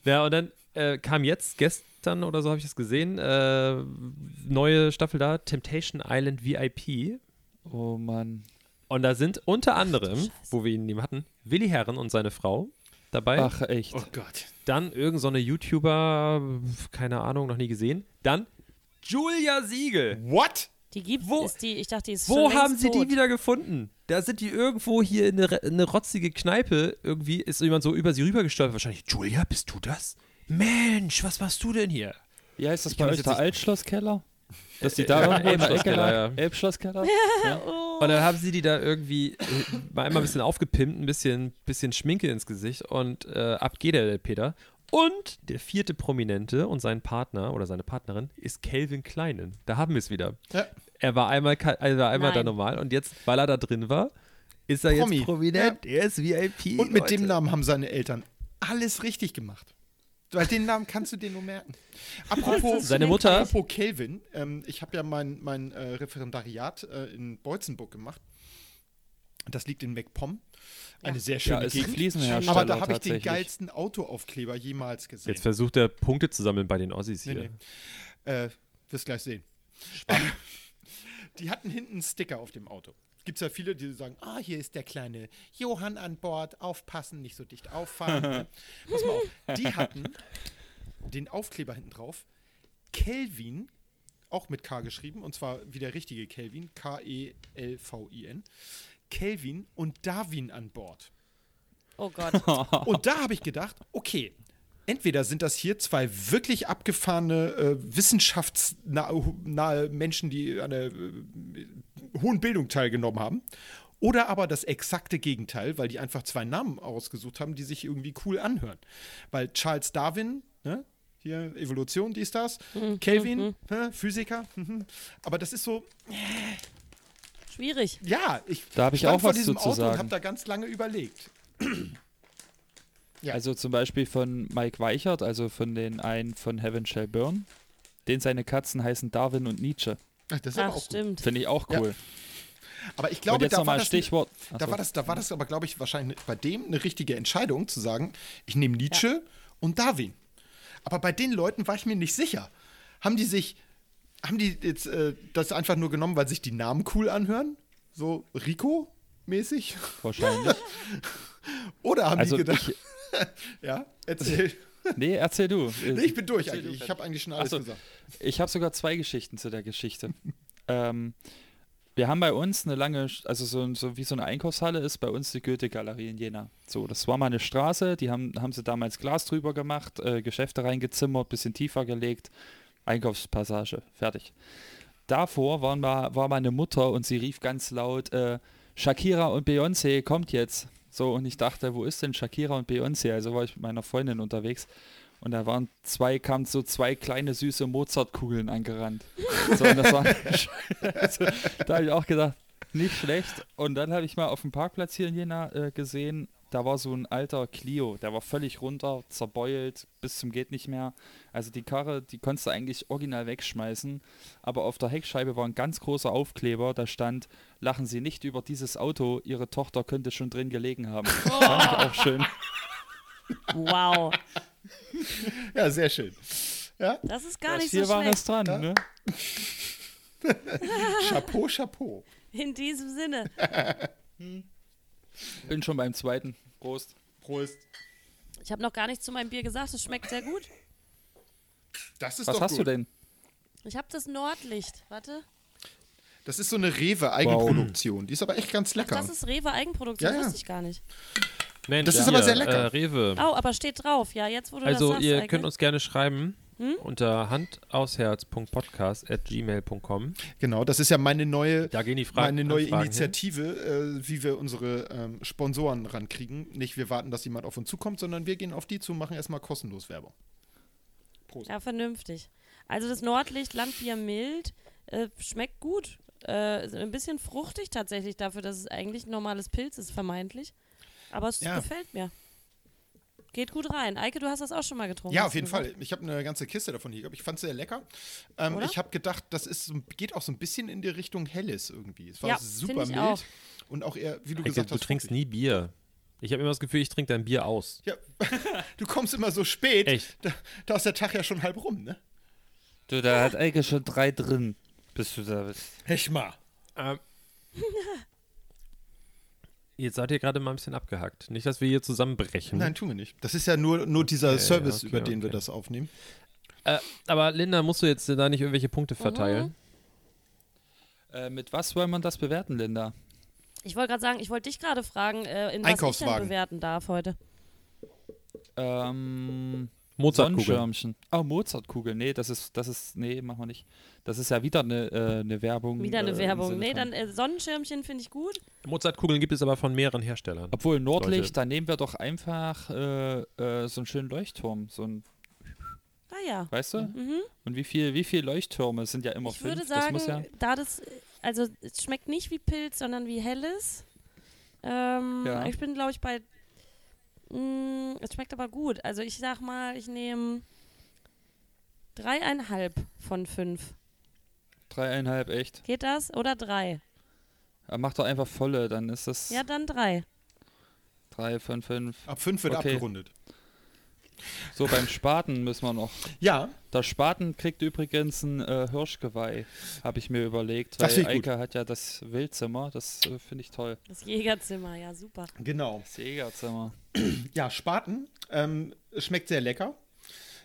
Ja, und dann äh, kam jetzt, gestern oder so habe ich das gesehen, äh, neue Staffel da, Temptation Island VIP.
Oh Mann.
Und da sind unter anderem, wo wir ihn eben hatten, Willi Herren und seine Frau dabei.
Ach echt.
oh Gott.
Dann irgend so eine YouTuber, keine Ahnung, noch nie gesehen. Dann Julia Siegel.
What?
Die gibt
Wo-
ist die, ich dachte, die ist schon
Wo
längst
haben sie
tot.
die wieder gefunden? Da sind die irgendwo hier in eine, eine rotzige Kneipe. Irgendwie ist jemand so über sie rübergestolpert. Wahrscheinlich, Julia, bist du das? Mensch, was machst du denn hier?
Wie heißt das
Ich
bei
kann
euch?
das jetzt
Der
nicht-
Altschlosskeller? Dass die
Ja,
da irgendwo in der Ecke
Elbschlosskeller,
lag?
ja.
Elbschlosskeller?
Und dann haben sie die da irgendwie äh, mal einmal ein bisschen aufgepimpt, ein bisschen, bisschen Schminke ins Gesicht und äh, ab geht er, der Peter. Und der vierte Prominente und sein Partner oder seine Partnerin ist Calvin Kleinen. Da haben wir es wieder.
Ja.
Er war einmal, ka- er war einmal da
Nein.
normal und jetzt, weil er da drin war, ist er
Promi.
jetzt prominent. Er ist VIP.
Und mit
Leute.
dem Namen haben seine Eltern alles richtig gemacht. Weil den Namen kannst du dir nur merken. Apropos,
Seine Mutter-
apropos Kelvin, ähm, ich habe ja mein, mein äh, Referendariat äh, in Beutzenburg gemacht. Das liegt in MacPom. Eine sehr
Ja,
schöne
ist ein
Gegend.
Fliesenhersteller
Aber da habe ich den
tatsächlich.
geilsten Autoaufkleber jemals gesehen.
Jetzt versucht er Punkte zu sammeln bei den Ossis hier.
Nee, nee. Äh, wirst gleich sehen. die hatten hinten einen Sticker auf dem Auto. Gibt es ja viele, die sagen, ah, hier ist der kleine Johann an Bord, aufpassen, nicht so dicht auffahren. ne? Pass mal auf, die hatten den Aufkleber hinten drauf, Kelvin, auch mit K geschrieben, und zwar wie der richtige Kelvin, E K-E-L-V-I-N, Kelvin und Darwin an Bord.
Oh Gott.
Und da habe ich gedacht, okay, entweder sind das hier zwei wirklich abgefahrene, äh, wissenschaftsnahe nahe Menschen, die an der äh, hohen Bildung teilgenommen haben. Oder aber das exakte Gegenteil, weil die einfach zwei Namen ausgesucht haben, die sich irgendwie cool anhören. Weil Charles Darwin, ne? hier Evolution, dies, das,
Mhm,
Kelvin, hä, Physiker, mhm. aber das ist so,
Schwierig.
ja, ich
Da habe ich
stand
auch
vor
was
diesem
zu- zu
Auto und
sagen.
habe da ganz lange überlegt. Ja.
Also zum Beispiel von Mike Weichert, also von den einen von Heaven Shall Burn. Den seine Katzen heißen Darwin und Nietzsche.
Ach, Das ist aber
Ach,
auch gut.
stimmt.
Finde ich auch
Ja.
cool.
Aber ich
und
glaube,
jetzt
da war,
nochmal
das,
Stichwort.
da,
Achso.
war das, da war das aber, glaube ich, wahrscheinlich ne, bei dem eine richtige Entscheidung zu sagen, ich nehme Nietzsche und Darwin. Aber bei den Leuten war ich mir nicht sicher. Haben die sich, haben die jetzt äh, das einfach nur genommen, weil sich die Namen cool anhören? So Rico-mäßig?
Wahrscheinlich.
Oder haben
Also
die gedacht,
ich,
ja, erzähl.
nee, erzähl du.
Nee, ich bin durch eigentlich. Ich habe eigentlich schon alles
Achso.
gesagt.
Ich habe sogar zwei Geschichten zu der Geschichte. ähm, wir haben bei uns eine lange, Sch- also so, ein- so wie so eine Einkaufshalle ist bei uns die Goethe-Galerie in Jena. So, das war mal eine Straße, die haben, haben sie damals Glas drüber gemacht, äh, Geschäfte reingezimmert, bisschen tiefer gelegt, Einkaufspassage, fertig. Davor waren wir, war meine Mutter und sie rief ganz laut, äh, Shakira und Beyoncé, kommt jetzt. So, und ich dachte, wo ist denn Shakira und Beyoncé? Also war ich mit meiner Freundin unterwegs. Und da waren zwei, kamen so zwei kleine süße Mozartkugeln angerannt. So, und das war, also, da habe ich auch gedacht, nicht schlecht. Und dann habe ich mal auf dem Parkplatz hier in Jena äh, gesehen, da war so ein alter Clio, der war völlig runter, zerbeult, bis zum geht nicht mehr. Also die Karre, die konntest du eigentlich original wegschmeißen, aber auf der Heckscheibe war ein ganz großer Aufkleber, da stand, lachen Sie nicht über dieses Auto, Ihre Tochter könnte schon drin gelegen haben. Fand ich
Oh.
auch schön.
Wow.
Ja, sehr schön. Ja,
Das ist gar
Das
nicht
hier
so
war
schlecht.
das dran,
Ja.
ne?
Chapeau, Chapeau.
In diesem Sinne.
Bin schon beim zweiten. Prost.
Prost.
Ich habe noch gar nichts zu meinem Bier gesagt. Es schmeckt sehr gut.
Das ist
Was
doch
hast
gut.
du denn?
Ich habe das Nordlicht. Warte.
Das ist so eine Rewe-Eigenproduktion. Die ist aber echt ganz
Ach,
lecker.
das ist Rewe Eigenproduktion.
Ja, ja.
Wusste ich gar nicht.
Mensch,
Das ist aber sehr lecker.
Äh, Rewe.
Oh, aber steht drauf. Ja, jetzt wo du das
Also
sagst,
ihr
Eike.
könnt uns gerne schreiben
Hm?
unter handausherz.podcast@gmail.com.
genau, das ist ja meine neue,
Da gehen die Fragen.
meine neue
Anfragen
Initiative, äh, wie wir unsere ähm, Sponsoren rankriegen. Nicht wir warten, dass jemand auf uns zukommt, sondern wir gehen auf die zu und machen erstmal kostenlos Werbung.
Ja, vernünftig. Also das Nordlicht, Landbier mild, äh, schmeckt gut. Äh, ist ein bisschen fruchtig tatsächlich dafür, dass es eigentlich ein normales Pilz ist, vermeintlich. Aber es
Ja.
gefällt mir. Geht gut rein. Eike, du hast das auch schon mal getrunken.
Ja,
hast
auf
du
jeden
gesagt.
Fall. Ich habe eine ganze Kiste davon hier. gehabt. Ich fand es sehr lecker. Ähm,
Oder?
ich habe gedacht, das ist, so- geht auch so ein bisschen in die Richtung Helles irgendwie. Es war
Ja,
super
find ich
mild.
auch.
Und auch eher, wie
hin.
du
Eike,
gesagt
du
hast,
trinkst nie
fruchtig.
Bier. Ich habe immer das Gefühl, ich trinke dein Bier aus.
Ja, du kommst immer so spät.
Echt?
Da, da ist der Tag ja schon halb rum, ne?
Du, da hat Eike schon drei drin, bis du da bist.
Echt mal.
Jetzt seid ihr gerade mal ein bisschen abgehackt. Nicht, dass wir hier zusammenbrechen.
Nein, tun wir nicht. Das ist ja nur, nur dieser
Mhm. Okay,
Service,
okay,
über den wir
okay.
das aufnehmen.
Äh, aber Linda, musst du jetzt da nicht irgendwelche Punkte verteilen?
Äh, mit was soll man das bewerten, Linda?
Ich wollte gerade sagen, ich wollte dich gerade fragen, äh, in was ich denn
Einkaufswagen.
bewerten darf heute.
Ähm,
Mozartkugel.
Sonnenschirmchen. Oh, Mozartkugel. Nee, das ist, das ist, nee, machen wir nicht. Das ist ja wieder eine, äh, eine Werbung.
Wieder eine
Hm,
äh, im
Werbung.
Sinne
Nee,
von-
dann äh, Sonnenschirmchen finde ich gut.
Mozartkugeln gibt es aber von mehreren Herstellern.
Obwohl, Nordlicht,
Leute.
da nehmen wir doch einfach äh, äh, so einen schönen Leuchtturm. So ein,
Ah ja.
weißt du? Und wie viel, wie viel Leuchttürme Es sind ja immer
Ich
fünf?
würde
das
sagen,
muss ja.
da das, also es schmeckt nicht wie Pilz, sondern wie helles. Ähm,
Ja.
Ich bin, glaube ich, bei. Mm, es schmeckt aber gut. Also ich sag mal, ich nehme dreieinhalb von fünf.
Dreieinhalb, echt.
Geht das? Oder drei?
Äh, Mach doch einfach volle, dann ist das
Ja, dann drei.
drei von fünf.
Ab fünf wird
Okay.
abgerundet.
So, beim Spaten müssen wir noch.
Ja,
Der Spaten kriegt übrigens ein äh, Hirschgeweih, habe ich mir überlegt. Weil
Das finde ich gut.
Eike hat ja das Wildzimmer, das äh, finde ich toll.
Das Jägerzimmer, ja, super.
genau.
Das Jägerzimmer.
Ja, Spaten. Ähm, es schmeckt sehr lecker.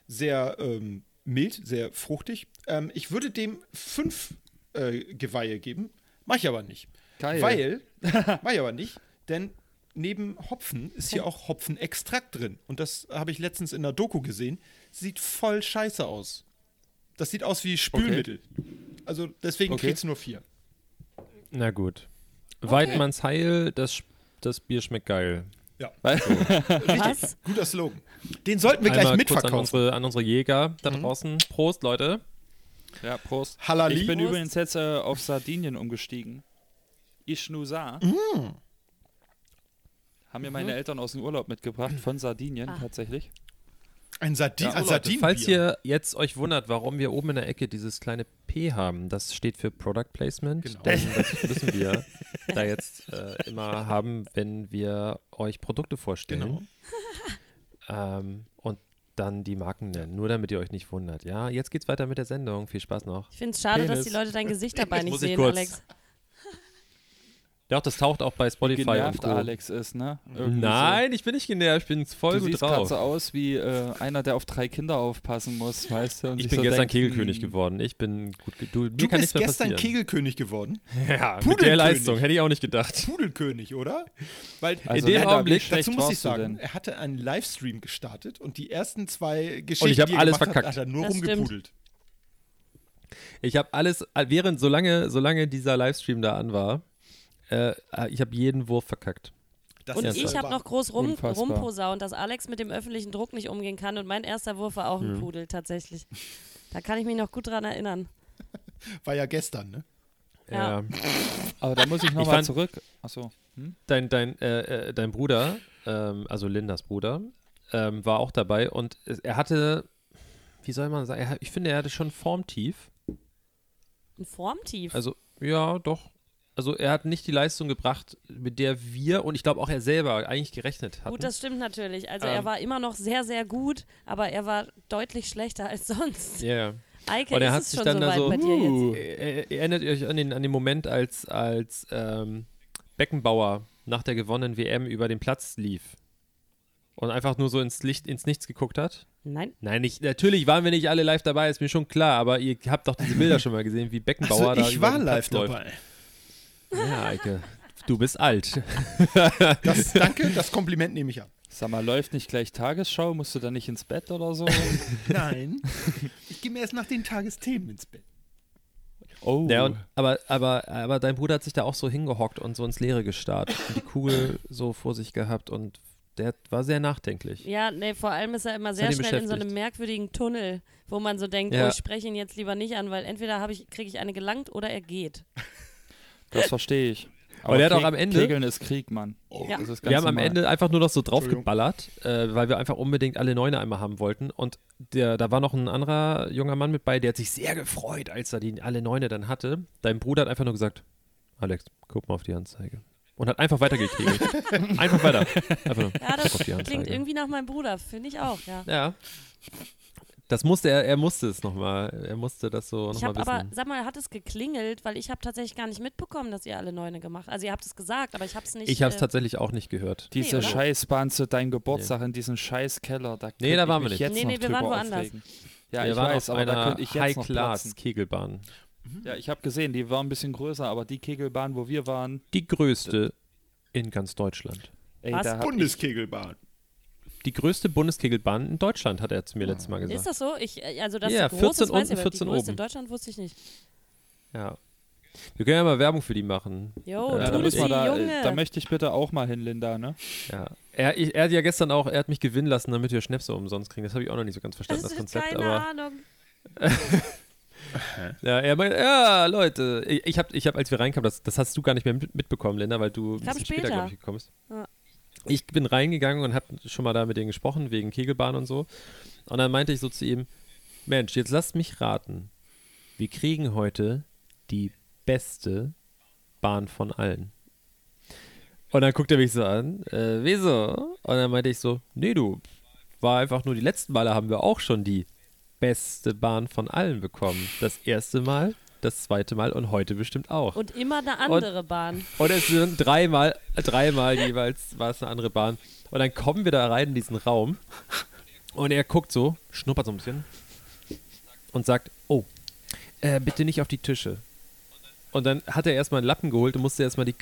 Sehr ähm, mild, sehr fruchtig. Ähm, ich würde dem fünf äh, Geweihe geben. Mach ich aber nicht.
Geil.
Weil, mach ich aber nicht, denn neben Hopfen ist hier auch Hopfenextrakt drin. Und das habe ich letztens in der Doku gesehen. Sieht voll scheiße aus. Das sieht aus wie Spülmittel. Also deswegen
Okay.
kriegt's nur vier.
Na gut. Weidmanns Heil, das, Sch- das Bier schmeckt geil.
Was?
Guter Slogan. Den sollten wir gleich
Einmal kurz an
mitverkaufen.
unsere, an unsere Jäger da draußen. Prost, Leute.
Ja, Prost.
Halali.
Ich bin
Prost.
übrigens jetzt äh, auf Sardinien umgestiegen. Ischnusa.
Mm.
Haben mir
Mhm.
meine Eltern aus dem Urlaub mitgebracht, von Sardinien tatsächlich.
Ein Sardin, ein Sardinenbier.
Falls ihr jetzt euch wundert, warum wir oben in der Ecke dieses kleine P haben, das steht für Product Placement.
Genau.
Denn das müssen wir da jetzt äh, immer haben, wenn wir euch Produkte vorstellen. Genau. Ähm, und dann die Marken nennen, nur damit ihr euch nicht wundert. Ja, jetzt geht's weiter mit der Sendung. Viel Spaß noch.
Ich finde es schade, dass die
Penis.
Leute dein Gesicht dabei
Jetzt
nicht
muss ich
sehen,
kurz.
Alex.
Doch, das taucht auch bei Spotify und
Genervt
Co.
Alex ist, ne? Irgendwie
Nein, ich bin nicht genervt, ich bin
So.
voll
Du
gut
siehst gerade
drauf.
so aus wie äh, einer, der auf drei Kinder aufpassen muss, weißt du? und
ich
sich
bin
so
gestern
denkt,
Kegelkönig
hm,
geworden. Ich bin gut. ge- Du, mir
Du
kann nichts
bist
mehr
gestern
passieren.
Kegelkönig geworden.
ja, mit der
Pudelkönig.
Leistung hätte ich auch nicht gedacht.
Pudelkönig, oder? Weil
Also
In dem
Länder, wie
Augenblick-
schlecht
dazu muss ich
warst du
sagen,
denn?
er hatte einen Livestream gestartet und die ersten zwei Geschichten,
Und ich hab
die er
alles
gemacht
verkackt.
Hat, hat er nur
Das
rumgepudelt.
Ich habe alles, während solange, solange dieser Livestream da an war, äh, ich habe jeden Wurf verkackt.
Das
Und
ist
ich
wahr.
habe noch groß rum,
Unfassbar.
rumposaunt, dass Alex mit dem öffentlichen Druck nicht umgehen kann. Und mein erster Wurf war auch
Mhm.
ein Pudel tatsächlich. Da kann ich mich noch gut dran erinnern.
War ja gestern, ne?
Ja.
Ja.
Aber da muss ich
Ich
nochmal
fand-
zurück. Achso.
Dein, dein, äh, äh, dein Bruder, ähm, also Lindas Bruder, ähm, war auch dabei und es- er hatte, wie soll man sagen, er, hat- ich finde, er hatte schon Formtief.
Ein Formtief.
Also, ja, doch. Also, er hat nicht die Leistung gebracht, mit der wir und ich glaube auch er selber eigentlich gerechnet hatten.
gut, das stimmt natürlich. Also er
Ähm.
war immer noch sehr, sehr gut, aber er war deutlich schlechter als sonst.
ja, ja.
Eike,
Und er
ist
hat
es
sich
schon
dann da
soweit
so,
bei dir jetzt?
Äh, äh, Erinnert ihr euch an den, an den Moment, als, als ähm, Beckenbauer nach der gewonnenen WM über den Platz lief und einfach nur so ins Licht, ins Nichts geguckt hat
Nein.
Nein, nicht, natürlich waren wir nicht alle live dabei, ist mir schon klar, aber ihr habt doch diese Bilder schon mal gesehen, wie Beckenbauer
Also,
da
ich
über
war
den
live
Platz
dabei.
Läuft. Ja, Eike, du bist alt.
Das, danke, das Kompliment nehme ich an.
Sag mal, läuft nicht gleich Tagesschau? Musst du dann nicht ins Bett oder so?
Nein, ich gehe mir erst nach den Tagesthemen ins Bett.
Oh.
Ja, und, aber, aber, aber dein Bruder hat sich da auch so hingehockt und so ins Leere gestarrt und die Kugel so vor sich gehabt und der war sehr nachdenklich.
Ja, nee, vor allem ist er immer sehr
hat ihn
schnell in so
beschäftigt.
einem merkwürdigen Tunnel, wo man so denkt,
Ja.
oh, ich spreche ihn jetzt lieber nicht an, weil entweder habe ich, kriege ich eine gelangt oder er geht.
Das verstehe ich.
Aber der hat auch
Keg-
am Ende-
Kegeln ist Krieg, Mann.
Ja.
Oh, Das ist ganz
Wir haben am
normal.
Ende einfach nur noch so
Entschuldigung.
draufgeballert, äh, weil wir einfach unbedingt alle Neune einmal haben wollten. Und der, da war noch ein anderer junger Mann mit bei, der hat sich sehr gefreut, als er die alle Neune dann hatte. Dein Bruder hat einfach nur gesagt, Alex, guck mal auf die Anzeige. Und hat einfach weitergekegelt. einfach weiter. Einfach nur,
Ja, Ah, das
guck auf die
klingt
Anzeige.
irgendwie nach meinem Bruder, finde ich auch, ja.
Ja. Das musste er, er musste es nochmal. Er musste das so
Ich
nochmal
habe
wissen.
aber, sag mal, hat es geklingelt, weil ich habe tatsächlich gar nicht mitbekommen, dass ihr alle Neune gemacht Also ihr habt es gesagt, aber ich habe es nicht.
ich habe es
äh,
tatsächlich auch nicht gehört.
Diese
Nee, oder?
Scheißbahn zu deinem Geburtstag in diesem Scheißkeller. Da
Nee, da
könnte
waren
ich
wir
mich Jetzt
nicht.
Nee,
noch
nee, wir waren
drüber
woanders.
aufregen. Ja,
Wir
ich
waren
weiß,
auf
aber da
einer
könnte ich jetzt noch platzen.
High-Class-Kegelbahn.
Ja, ich habe gesehen, die waren ein bisschen größer, aber die Kegelbahn, wo wir waren,
Die größte in ganz Deutschland.
ey,
Was?
da hab
Bundeskegelbahn.
Die größte Bundeskegelbahn in Deutschland, hat er zu mir letztes Mal
Ist
gesagt.
das so? Ich, äh, also das
Ja,
ist groß,
14
das weiß
unten,
ich, aber die
14
größte
oben.
in Deutschland wusste ich nicht.
Ja. Wir können ja mal Werbung für die machen.
Jo,
Ja,
ja,
ja,
da,
Tunis
müssen wir
die
da,
Junge.
da möchte ich bitte auch mal hin, Linda, ne?
Ja. Er, ich, er hat ja gestern auch, er hat mich gewinnen lassen, damit wir Schnäpse umsonst kriegen. Das habe ich auch noch nicht so ganz verstanden,
das ist
das, Konzept.
keine
Aber
Ahnung.
Ja, er meint, ja, Leute, ich- ich habe, ich hab, als wir reinkamen, das, das hast du gar nicht mehr mit- mitbekommen, Linda, weil du ein
kam
bisschen später,
später.
glaube ich, gekommen bist.
Ja.
Ich bin reingegangen und habe schon mal da mit denen gesprochen, wegen Kegelbahn und so. Und dann meinte ich so zu ihm, Mensch, jetzt lasst mich raten. Wir kriegen heute die beste Bahn von allen. Und dann guckt er mich so an, äh, wieso? Und dann meinte ich so, nee, du, war einfach nur die letzten Male haben wir auch schon die beste Bahn von allen bekommen. Das erste Mal, das zweite Mal und heute bestimmt auch.
Und immer eine andere Bahn.
Und es sind dreimal, dreimal jeweils war es eine andere Bahn. Und dann kommen wir da rein in diesen Raum und er guckt so, schnuppert so ein bisschen und sagt, oh, äh, bitte nicht auf die Tische. Und dann hat er erstmal einen Lappen geholt und musste erstmal die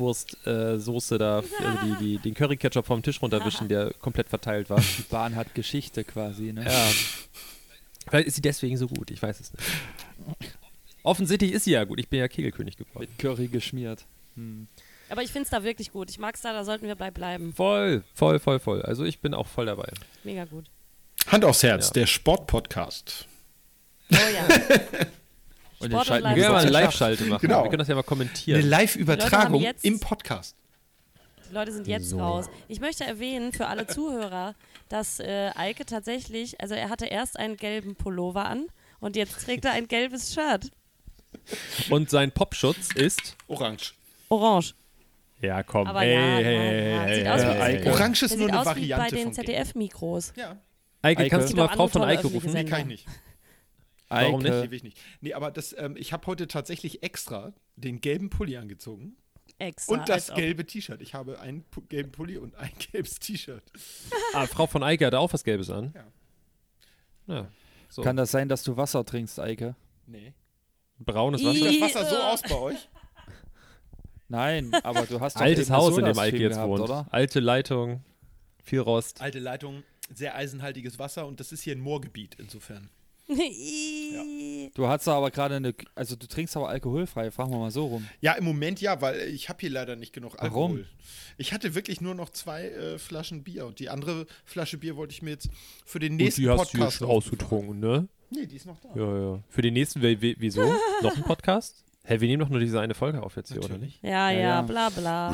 Currywurst-Soße da, also die, die, den Curry-Ketchup vom Tisch runterwischen, der komplett verteilt war.
Die Bahn hat Geschichte quasi, ne?
Ja. Vielleicht ist sie deswegen so gut, ich weiß es nicht. Offensichtlich ist sie ja gut, ich bin ja Kegelkönig geworden.
Mit Curry geschmiert. Hm.
Aber ich finde es da wirklich gut. Ich mag es da, da sollten wir bei bleiben.
Voll, voll, voll, voll. Also ich bin auch voll dabei.
Mega gut.
Hand aufs Herz,
Ja.
der Sportpodcast.
Oh ja.
Und
Sport und
den schalten
Live.
Wir können ja
wir
mal eine
doch-
Live-Schalte machen.
Genau.
Wir können das ja mal
Eine
kommentieren.
Die Leute
Live-Übertragung
haben jetzt-
im Podcast.
Die Leute sind jetzt raus. Ich möchte erwähnen für alle Zuhörer, dass äh, Eike tatsächlich, also er hatte erst einen gelben Pullover an und jetzt trägt er ein gelbes Shirt.
Und sein Popschutz ist.
Orange.
Orange.
Ja, komm.
Aber ja, ja, ja. Sieht aus wie-
hey, hey.
Ja.
Äh, Orange ist
Der
nur
sieht
eine
aus wie bei
Variante
den
von Gelb.
ZDF-Mikros.
Ja,
Eike,
Eike.
kannst du mal
Gibt auch
Frau von
andere
Eike
tolle
rufen?
öffentliche
nee, kann ich nicht.
Warum
Eike,
Nee, will ich nicht. Nee, aber das, ähm, ich habe heute tatsächlich extra den gelben Pulli angezogen
Extra.
und das
als ob.
gelbe T-Shirt. Ich habe einen pu gelben Pulli und ein gelbes T-Shirt.
Ah, Frau von Eike hat auch was Gelbes an. Ja. So.
kann das sein, dass du Wasser trinkst, Eike?
Nee.
Braunes
I-
Sieht
Wasser.
das Wasser so
äh.
aus bei euch?
Nein, aber du hast doch
Altes
eben
Haus,
so
in dem
das
Eike
Film
jetzt
gehabt,
wohnt.
oder?
Alte Leitung, viel Rost.
Alte Leitung, sehr eisenhaltiges Wasser und das ist hier ein Moorgebiet insofern.
Ii.
Du hast aber gerade eine, also du trinkst aber alkoholfrei, fragen wir mal so rum.
Ja, im Moment ja, weil äh, ich habe hier leider nicht genug Alkohol.
Warum?
Ich hatte wirklich nur noch zwei äh, Flaschen Bier und die andere Flasche Bier wollte ich mir jetzt für den
Und
nächsten
die hast du ja
Podcast
schon
aufbewahren.
ausgetrunken, ne?
Nee, die ist noch da.
Ja, ja. Für den nächsten, we- we- wieso? noch ein Podcast? Hä, wir nehmen doch nur diese eine Folge auf jetzt hier, oder nicht?
Ja, ja,
ja.
bla, bla.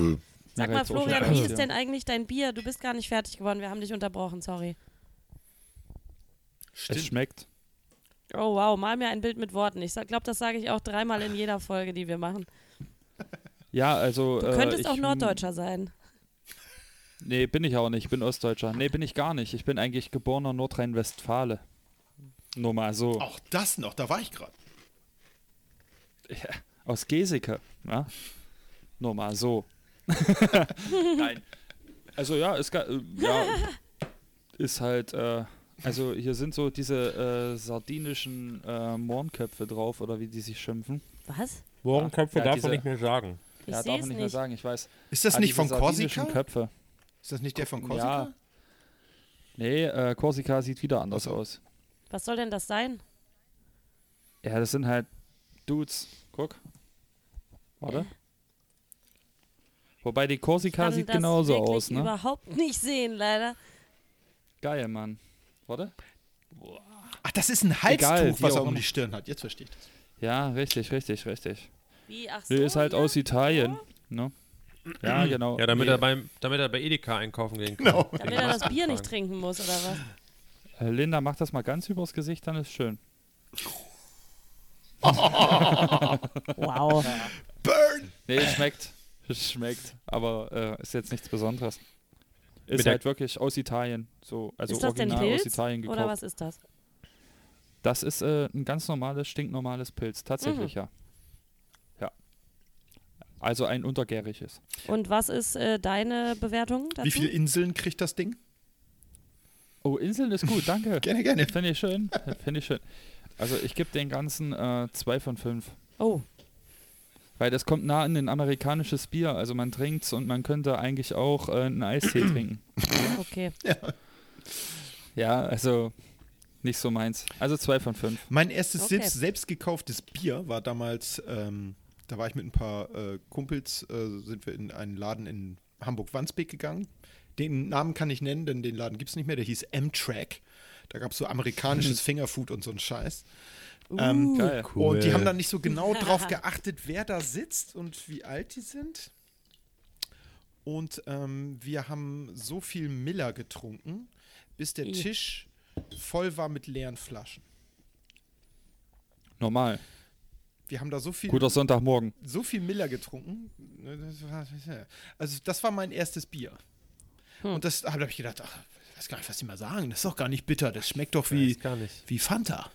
Sag
jetzt
mal,
auch schon
Florian, wie
Angst,
ist
ja.
denn eigentlich dein Bier? Du bist gar nicht fertig geworden. Wir haben dich unterbrochen, sorry.
Es schmeckt.
Oh, wow, mal mir ein Bild mit Worten. Ich glaube, das sage ich auch dreimal in jeder Folge, die wir machen.
Ja, also.
Du
äh,
könntest
ich,
auch Norddeutscher sein.
Nee, bin ich auch nicht. Ich bin Ostdeutscher. Nee, bin ich gar nicht. Ich bin eigentlich geborener Nordrhein-Westfale. Nur mal so.
Auch das noch, da war ich gerade.
Aus Geseke. Ja? Nur mal so. Nein. Also ja, ist, ga- äh, ja, ist halt äh, Also hier sind so diese äh, sardinischen äh, Mohrenköpfe drauf oder wie die sich schimpfen.
Was?
Mohrenköpfe
Ja,
darf
diese-
man nicht mehr sagen.
Ich
ja, darf
sehe
man
es
nicht,
nicht.
mehr sagen, ich weiß.
Ist das
Ah,
nicht
diese
von
sardinischen
Korsika?
Köpfe.
Ist das nicht der von
Ja.
Korsika?
Nee, äh, Korsika sieht wieder anders aus.
Was soll denn das sein?
Ja, das sind halt Dudes. Guck. Warte. Wobei die Korsika
Kann
sieht
das
genauso
wirklich
aus, ne?
überhaupt nicht sehen, leider.
Geil, Mann. Warte.
Ach, das ist ein Halstuch,
Egal, wie
was
auch
er um
immer.
die Stirn hat. Jetzt verstehe ich das.
Ja, richtig, richtig, richtig.
Wie, ach so,
Nee, ist halt
hier?
aus Italien, ne? Ja, genau.
Ja, damit,
Nee.
er beim, damit er bei Edeka einkaufen gehen kann.
Genau.
Damit er das Bier nicht trinken muss, oder was?
Äh, Linda, mach das mal ganz übers Gesicht, dann ist schön.
Wow.
Burn!
Nee, schmeckt. schmeckt. Aber äh, ist jetzt nichts Besonderes. Ist
Mit der-
halt wirklich aus Italien. So, also
ist das denn
original aus
Pilz?
Italien gekauft.
Oder was ist das?
Das ist äh, ein ganz normales, stinknormales Pilz, tatsächlich,
Mhm.
ja. Ja. Also ein untergäriges.
Und was ist äh, deine Bewertung dazu?
Wie viele Inseln kriegt das Ding?
Oh, Inseln ist gut, danke.
Gerne, gerne.
Finde ich schön. Finde ich schön. Also ich gebe den ganzen 2 von 5.
Oh,
Weil das kommt nah an ein amerikanisches Bier. Also man trinkt's und man könnte eigentlich auch äh, einen Eistee trinken.
okay.
Ja, also nicht so meins. Also 2 von 5.
Mein erstes
Okay.
selbst, selbst gekauftes Bier war damals, ähm, da war ich mit ein paar äh, Kumpels, äh, sind wir in einen Laden in Hamburg-Wandsbek gegangen. Den Namen kann ich nennen, denn den Laden gibt es nicht mehr. Der hieß M-Track. Da gab es so amerikanisches Fingerfood und so einen Scheiß. Ähm,
Geil.
Und die haben dann nicht so genau drauf geachtet, wer da sitzt und wie alt die sind. Und ähm, wir haben so viel Miller getrunken, bis der
I.
Tisch voll war mit leeren Flaschen.
Normal.
Wir haben da so viel
Guter Sonntagmorgen.
so viel Miller getrunken. ne, das war- Also, das war mein erstes Bier. Und das da habe ich gedacht, ach, ich weiß gar nicht, was die mal sagen. Das ist doch gar nicht bitter. Das schmeckt doch wie,
Weiß gar nicht.
wie Fanta.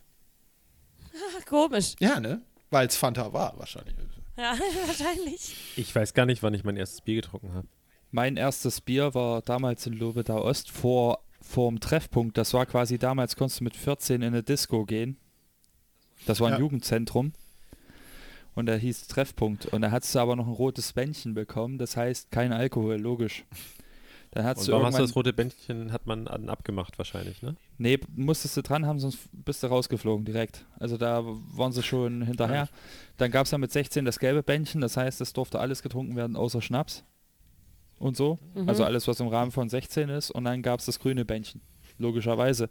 Ach, komisch.
Ja, ne? Weil es Fanta war, wahrscheinlich.
Ja, wahrscheinlich.
Ich weiß gar nicht, wann ich mein erstes Bier getrunken habe.
Mein erstes Bier war damals in Lobeda Ost vor vorm Treffpunkt. Das war quasi damals, konntest du mit 14 in eine Disco gehen. Das war ein
Ja.
Jugendzentrum. Und da hieß Treffpunkt. Und da hattest du aber noch ein rotes Bändchen bekommen. Das heißt, kein Alkohol, logisch. Dann hattest
Und
du
warum hast du
irgendwann...
das rote Bändchen, hat man an, abgemacht wahrscheinlich, ne?
nee, musstest du dran haben, sonst bist du rausgeflogen direkt. Also da waren sie schon hinterher. Dann gab es ja mit 16 das gelbe Bändchen. Das heißt, es durfte alles getrunken werden, außer Schnaps. und so. Also alles, was im Rahmen von 16 ist. Und dann gab es das grüne Bändchen, logischerweise.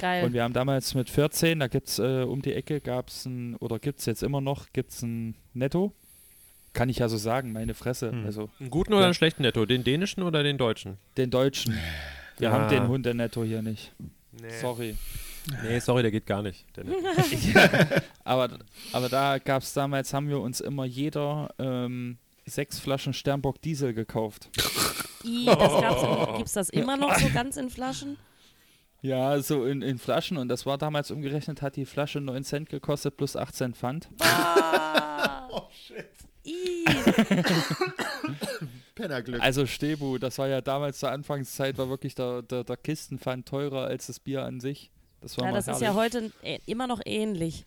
Geil.
Und wir haben damals mit 14, da gibt es äh, um die Ecke, gab es ein, oder gibt es jetzt immer noch, gibt es ein Netto. Kann ich ja so sagen, meine Fresse. Also
Einen guten oder einen schlechten Netto? Den dänischen oder den deutschen?
den Deutschen. Wir
Ja.
haben den Hund der Netto hier nicht. Sorry.
Nee, sorry, der geht gar nicht. Der Netto.
Aber, aber da gab es damals, haben wir uns immer jeder ähm, sechs Flaschen Sternbock Diesel gekauft.
I, das gab's, gibt's das immer noch so ganz in Flaschen?
Ja, so in, in Flaschen. Und das war damals umgerechnet, hat die Flasche 9 Cent gekostet plus 18 Pfand.
I,
Pennerglück.
Also Stebu, das war ja damals zur Anfangszeit, war wirklich der, der, der Kistenpfand teurer als das Bier an sich. Das war
ja,
mal
das ist ja
herrlich.
heute ä- immer noch ähnlich.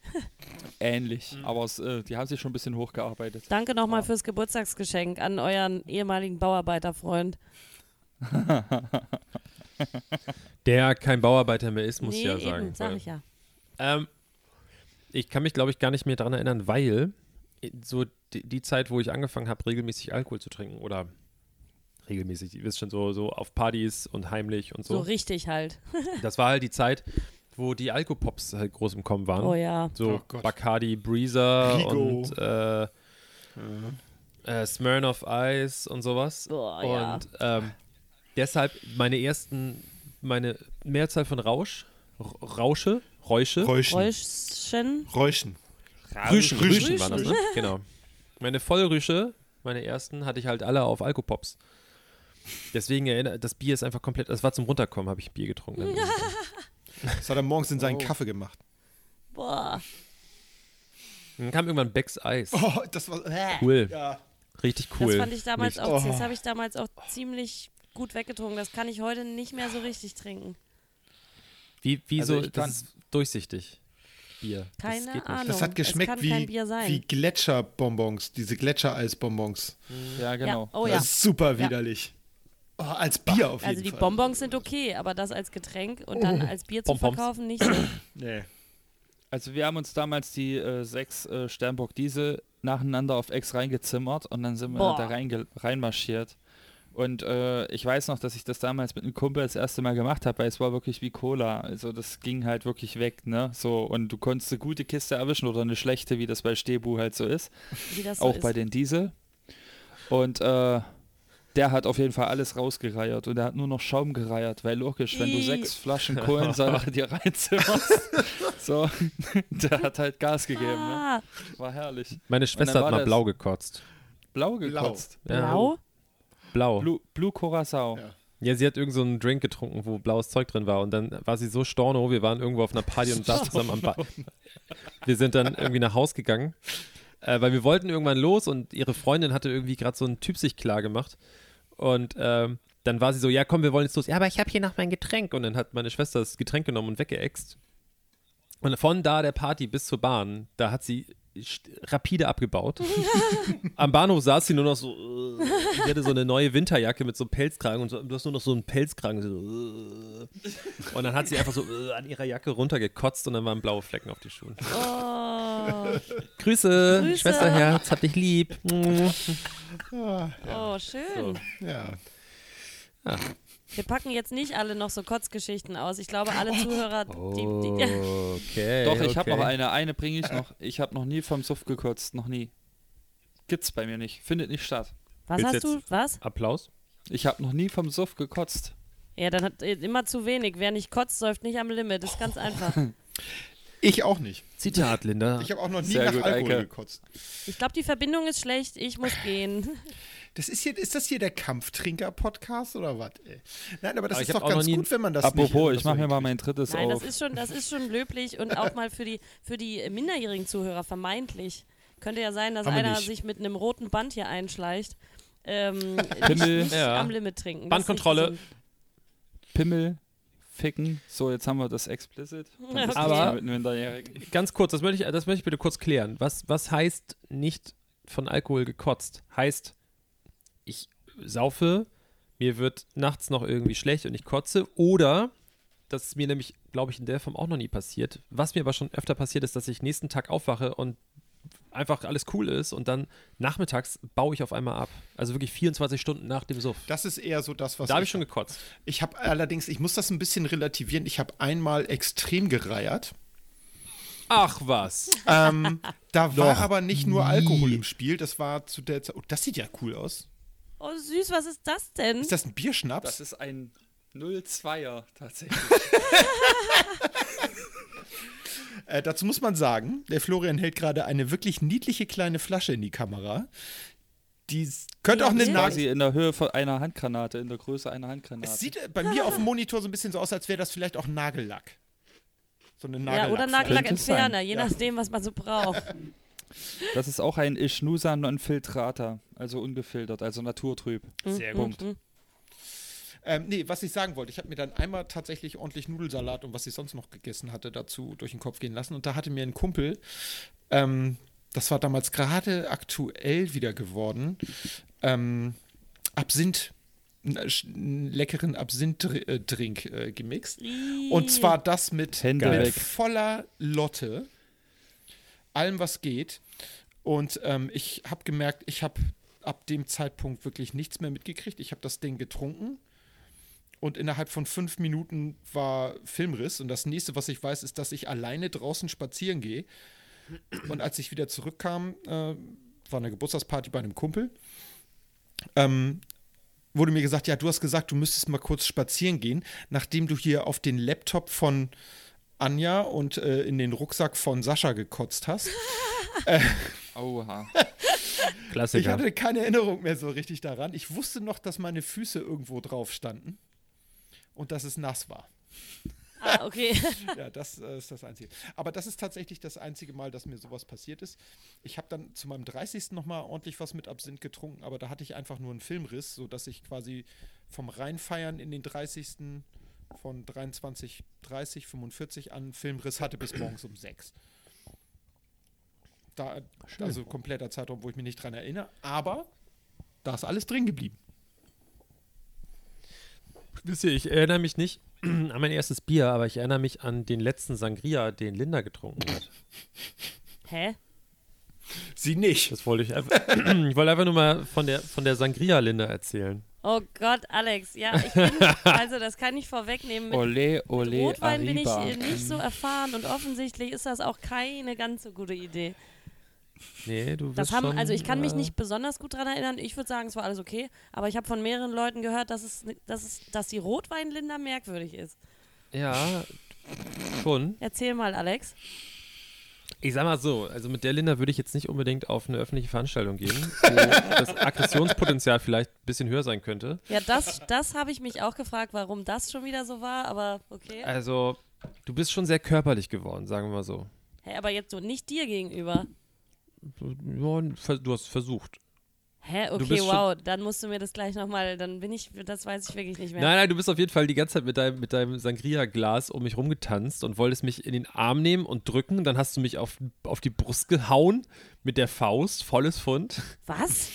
ähnlich, aber es, äh, die haben sich schon ein bisschen hochgearbeitet.
Danke nochmal fürs Geburtstagsgeschenk an euren ehemaligen Bauarbeiterfreund.
Der kein Bauarbeiter mehr ist, muss
nee,
ich ja sagen.
eben, sag
weil-
ich ja.
Ähm, ich kann mich, glaube ich, gar nicht mehr daran erinnern, weil äh, so die, die Zeit, wo ich angefangen habe, regelmäßig Alkohol zu trinken oder regelmäßig, ihr wisst schon, so, so auf Partys und heimlich und
So,
so.
richtig halt.
das war halt die Zeit, wo die Alkopops halt groß im Kommen waren.
Oh ja.
So
Oh Gott.
Bacardi Breezer
Rigo.
und äh, äh, Smirnoff Ice und sowas.
Oh,
und
ja.
ähm, deshalb meine ersten, meine Mehrzahl von Rausch, R- Rausche, Räusche,
Räuschen.
Räuschen.
Räuschen.
Rüschen,
Rüschen.
Rüschen waren das, ne? Genau. Meine Vollrüsche, meine ersten, hatte ich halt alle auf Alkopops. Deswegen erinnert, das Bier ist einfach komplett, das war zum Runterkommen, habe ich Bier getrunken.
Das hat er morgens in
Oh.
seinen Kaffee gemacht.
Boah.
Dann kam irgendwann Becks Eis.
Oh, das war. Äh.
Cool.
Ja.
Richtig cool.
Das fand ich damals
Nicht- Oh.
auch, das habe ich damals auch ziemlich gut weggetrunken. Das kann ich heute nicht mehr so richtig trinken.
Wie, wie
Also
so,
ich kann-
das ist durchsichtig. Bier. das geht
Keine
nicht.
Ahnung.
Das hat geschmeckt
es kann
wie,
kein Bier sein.
wie Gletscherbonbons, diese Gletschereisbonbons.
Ja, genau.
Ja. Oh
Das
ja.
ist super
Ja.
widerlich. Oh, als Bier auf jeden
Also die
Fall.
Bonbons sind okay, aber das als Getränk und dann als Bier zu
Bonbons.
verkaufen nicht so.
Nee.
Also wir haben uns damals die äh, sechs äh, Sternburg Diese nacheinander auf Ex reingezimmert und dann sind wir
Boah.
da reinge- reinmarschiert. Und äh, ich weiß noch, dass ich das damals mit einem Kumpel das erste Mal gemacht habe, weil es war wirklich wie Cola. Also das ging halt wirklich weg, ne? So, und du konntest eine gute Kiste erwischen oder eine schlechte, wie das bei Stebu halt so ist.
Wie das
auch
so ist.
bei den Diesel. Und äh, der hat auf jeden Fall alles rausgereiert und der hat nur noch Schaum gereiert, weil logisch, wenn du
Ih.
sechs Flaschen Kohlensäure dir reinzimmerst, so, der hat halt Gas gegeben. Ne?
ah,
War herrlich.
Meine
dann
Schwester
war
hat mal
das-
blau gekotzt.
Blau gekotzt.
Ja.
Blau?
Blau.
Blue, Blue Curacao.
Oh. Ja.
Ja, sie hat irgend so einen Drink getrunken, wo blaues Zeug drin war. Und dann war sie so storno, wir waren irgendwo auf einer Party und saßen zusammen am Ball. Wir sind dann irgendwie nach Haus gegangen, äh, weil wir wollten irgendwann los und ihre Freundin hatte irgendwie gerade so einen Typ sich klar gemacht. Und ähm, dann war sie so, ja komm, wir wollen jetzt los. Ja, aber ich habe hier noch mein Getränk. Und dann hat meine Schwester das Getränk genommen und weggeext. Und von da der Party bis zur Bahn, da hat sie st- rapide abgebaut. Am Bahnhof saß sie nur noch so, äh, ich hatte so eine neue Winterjacke mit so einem Pelzkragen und so, du hast nur noch so einen Pelzkragen. So, äh. und dann hat sie einfach so äh, an ihrer Jacke runtergekotzt und dann waren blaue Flecken auf den Schuhen.
Oh,
Grüße,
Grüße.
Schwesterherz, hab dich lieb.
oh, schön.
Ja.
Wir packen jetzt nicht alle noch so Kotzgeschichten aus. Ich glaube, alle Zuhörer, die, die,
Okay.
Doch, ich habe
okay.
noch eine. Eine bringe ich noch. Ich habe noch nie vom Suff gekotzt. Noch nie. Gibt's bei mir nicht. Findet nicht statt.
Was
Willst
hast du?
jetzt-
Was?
Applaus.
Ich habe noch nie vom Suff gekotzt.
Ja, dann hat äh, immer zu wenig. Wer nicht kotzt, säuft nicht am Limit. Ist ganz einfach.
Ich auch nicht.
Zitat, Linda.
Ich habe auch noch nie
Sehr
nach
gut,
Alkohol
Eike.
gekotzt.
Ich glaube, die Verbindung ist schlecht. Ich muss gehen.
Das ist, hier, ist das hier der Kampftrinker-Podcast oder was? ey? Nein, aber das
Aber ich
ist
hab
doch
auch noch
ganz
nie-
gut, wenn man das
Apropos,
nicht also
ich mache mir mal mein drittes
Nein,
auf.
das ist schon, das ist schon löblich und auch mal für die, für die äh, minderjährigen Zuhörer vermeintlich. Könnte ja sein, dass
Haben wir
einer
nicht.
sich mit einem roten Band hier einschleicht. Ähm, nicht,
Pimmel.
nicht
Ja.
am Limit trinken. Das ist nicht
Bandkontrolle.
gesund.
Pimmel, Ficken. So, jetzt haben wir das explicit. Dann ist das
Aber-
ja mit einem Minderjährigen.
Ganz kurz, das möchte ich, das möchte ich bitte kurz klären. Was, was heißt nicht von Alkohol gekotzt? Heißt, ich saufe, mir wird nachts noch irgendwie schlecht und ich kotze. Oder, das ist mir nämlich, glaube ich, in der Form auch noch nie passiert. Was mir aber schon öfter passiert ist, dass ich nächsten Tag aufwache und einfach alles cool ist und dann nachmittags baue ich auf einmal ab. Also wirklich 24 Stunden nach dem Suff.
Das ist eher so das, was
Da habe ich schon gekotzt.
Ich habe allerdings, ich muss das ein bisschen relativieren. Ich habe einmal extrem gereiert.
Ach was.
Ähm, da war
Doch,
aber nicht nur Alkohol im Spiel. Das war zu der Zeit. Oh, das sieht ja cool aus.
Oh, süß, was ist das denn?
Ist das ein Bierschnaps?
Das ist ein 0-2er tatsächlich.
Äh, dazu muss man sagen, der Florian hält gerade eine wirklich niedliche kleine Flasche in die Kamera. Die s- könnte auch eine
Ja,
Nase.
Quasi in der Höhe von einer Handgranate, in der Größe einer Handgranate.
Es sieht äh, bei mir auf dem Monitor so ein bisschen so aus, als wäre das vielleicht auch Nagellack. So eine Nagellack.
ja,
Könnte
oder
es sein.
Nagellackentferner, je
Ja.
nachdem, was man so braucht.
das ist auch ein Ischnusa non-filtrata, also ungefiltert, also naturtrüb.
Mhm.
Sehr gut.
Ähm, nee, was ich sagen wollte, ich habe mir dann einmal tatsächlich ordentlich Nudelsalat und was ich sonst noch gegessen hatte, dazu durch den Kopf gehen lassen. Und da hatte mir ein Kumpel, ähm, das war damals gerade aktuell wieder geworden, ähm, Absinth, n- sch- einen leckeren Absinth-Drink äh, gemixt. Und zwar das mit,
Hände
mit
weg.
voller Lotte, allem was geht. Und ähm, ich habe gemerkt, ich habe ab dem Zeitpunkt wirklich nichts mehr mitgekriegt. Ich habe das Ding getrunken und innerhalb von fünf Minuten war Filmriss. Und das nächste, was ich weiß, ist, dass ich alleine draußen spazieren gehe. Und als ich wieder zurückkam, äh, war eine Geburtstagsparty bei einem Kumpel. Ähm, wurde mir gesagt, ja, du hast gesagt, du müsstest mal kurz spazieren gehen, nachdem du hier auf den Laptop von Anja und äh, in den Rucksack von Sascha gekotzt hast.
Oha.
Ich
Klassiker.
hatte keine Erinnerung mehr so richtig daran. Ich wusste noch, dass meine Füße irgendwo drauf standen und dass es nass war.
Ah, okay.
Ja, das äh, ist das Einzige. Aber das ist tatsächlich das einzige Mal, dass mir sowas passiert ist. Ich habe dann zu meinem 30. nochmal ordentlich was mit Absinth getrunken, aber da hatte ich einfach nur einen Filmriss, sodass ich quasi vom Reinfeiern in den 30. von 23, 30, 45 an. Filmriss hatte bis morgens um 6. Da, also kompletter Zeitraum, wo ich mich nicht dran erinnere. Aber da ist alles drin geblieben.
Wisst ihr, ich erinnere mich nicht an mein erstes Bier, aber ich erinnere mich an den letzten Sangria, den Linda getrunken hat.
Hä?
Sie nicht.
Das wollte ich einfach. ich wollte einfach nur mal von der, von der Sangria-Linda erzählen.
Oh Gott, Alex, ja, ich bin, also das kann ich vorwegnehmen. Mit
Ole, ole,
Rotwein bin ich
arriba.
äh, nicht so erfahren und offensichtlich ist das auch keine ganz so gute Idee.
Nee, du
Das
wirst
haben,
schon,
also ich kann mich
äh,
nicht besonders gut daran erinnern. Ich würde sagen, es war alles okay, aber ich habe von mehreren Leuten gehört, dass es, dass es, dass die Rotweinlinda merkwürdig ist.
Ja, schon.
Erzähl mal, Alex.
Ich sag mal so, also mit der Linda würde ich jetzt nicht unbedingt auf eine öffentliche Veranstaltung gehen, wo das Aggressionspotenzial vielleicht ein bisschen höher sein könnte.
Ja, das, das habe ich mich auch gefragt, warum das schon wieder so war, aber okay.
Also, du bist schon sehr körperlich geworden, sagen wir mal so.
Hey, aber jetzt so nicht dir gegenüber.
Du, ja, ver- du hast versucht.
Hä,
Du
okay,
bist schon-
wow, dann musst du mir das gleich nochmal, dann bin ich, das weiß ich wirklich nicht mehr.
Nein, nein, du bist auf jeden Fall die ganze Zeit mit deinem, mit deinem Sangria-Glas um mich rumgetanzt und wolltest mich in den Arm nehmen und drücken. Dann hast du mich auf, auf die Brust gehauen mit der Faust, volles Fund.
Was?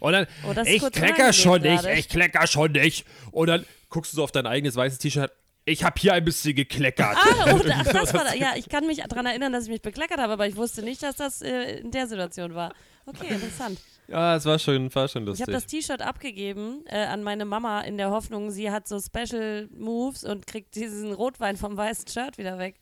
Und dann,
Oh, das ist
ich
kurz
klecker schon
unangenehm
nicht,
gerade.
ich klecker schon nicht. Und dann guckst du so auf dein eigenes weißes T-Shirt. Ich hab hier ein bisschen gekleckert.
Ah, oh, da- ach, das war da. Ja, ich kann mich daran erinnern, dass ich mich bekleckert habe, aber ich wusste nicht, dass das äh, in der Situation war. Okay, interessant.
Ja, es war schon, war schon
Ich
lustig.
habe das T-Shirt abgegeben äh, an meine Mama in der Hoffnung, sie hat so Special Moves und kriegt diesen Rotwein vom weißen Shirt wieder weg.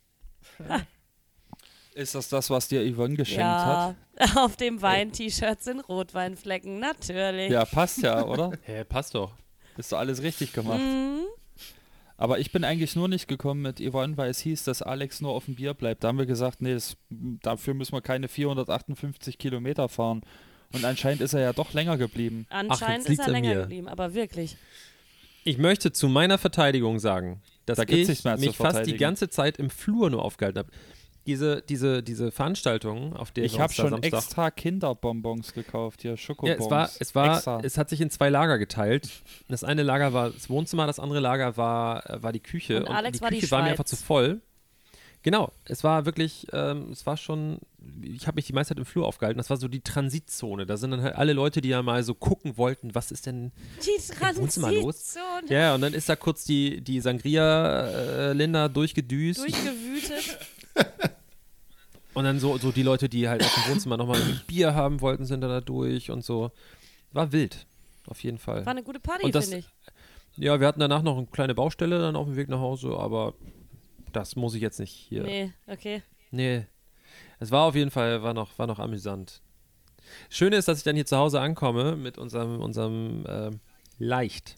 Ist das das, was dir Yvonne geschenkt
ja,
hat?
auf dem
Äh.
Wein-T-Shirt sind Rotweinflecken, natürlich.
Ja, passt ja, oder?
Hä, passt doch.
Ist doch alles richtig gemacht. Aber ich bin eigentlich nur nicht gekommen mit Yvonne, weil es hieß, dass Alex nur auf dem Bier bleibt. Da haben wir gesagt, nee, das, dafür müssen wir keine 458 Kilometer fahren. Und anscheinend ist er ja doch länger geblieben.
Anscheinend ist er
liegt's an
länger
mir.
geblieben, aber wirklich.
Ich möchte zu meiner Verteidigung sagen, dass
Da gibt's
ich
nichts mehr zu
mich fast die
verteidigen.
ganze Zeit im Flur nur aufgehalten habe. Diese, diese, diese Veranstaltung, auf der
Ich
wir
habe
uns da
schon
Samstag
extra Kinderbonbons gekauft, hier
Ja,
Schokobons.
es war, es war,
Extra.
es hat sich in zwei Lager geteilt. Das eine Lager war das Wohnzimmer, das andere Lager war, äh, war die Küche.
Und Alex
die
war die
Küche war mir
Schweiz.
einfach zu voll. Genau, es war wirklich, ähm, es war schon, ich habe mich die meiste Zeit im Flur aufgehalten. Das war so die Transitzone. Da sind dann halt alle Leute, die ja mal so gucken wollten, was ist denn.
Die
Wohnzimmer los?
Transition
Ja, ja, und dann ist da kurz die, die Sangria-Linda durchgedüst.
durchgewütet.
Und dann so, so die Leute, die halt aus dem Wohnzimmer nochmal ein Bier haben wollten, sind dann da durch und so. War wild, auf jeden Fall.
War eine gute Party,
Und das-
finde ich.
Ja, wir hatten danach noch eine kleine Baustelle dann auf dem Weg nach Hause, aber das muss ich jetzt nicht hier. Nee.
Nee, okay.
Es war auf jeden Fall, war noch, war noch amüsant. Schön ist, dass ich dann hier zu Hause ankomme mit unserem, unserem ähm, leicht,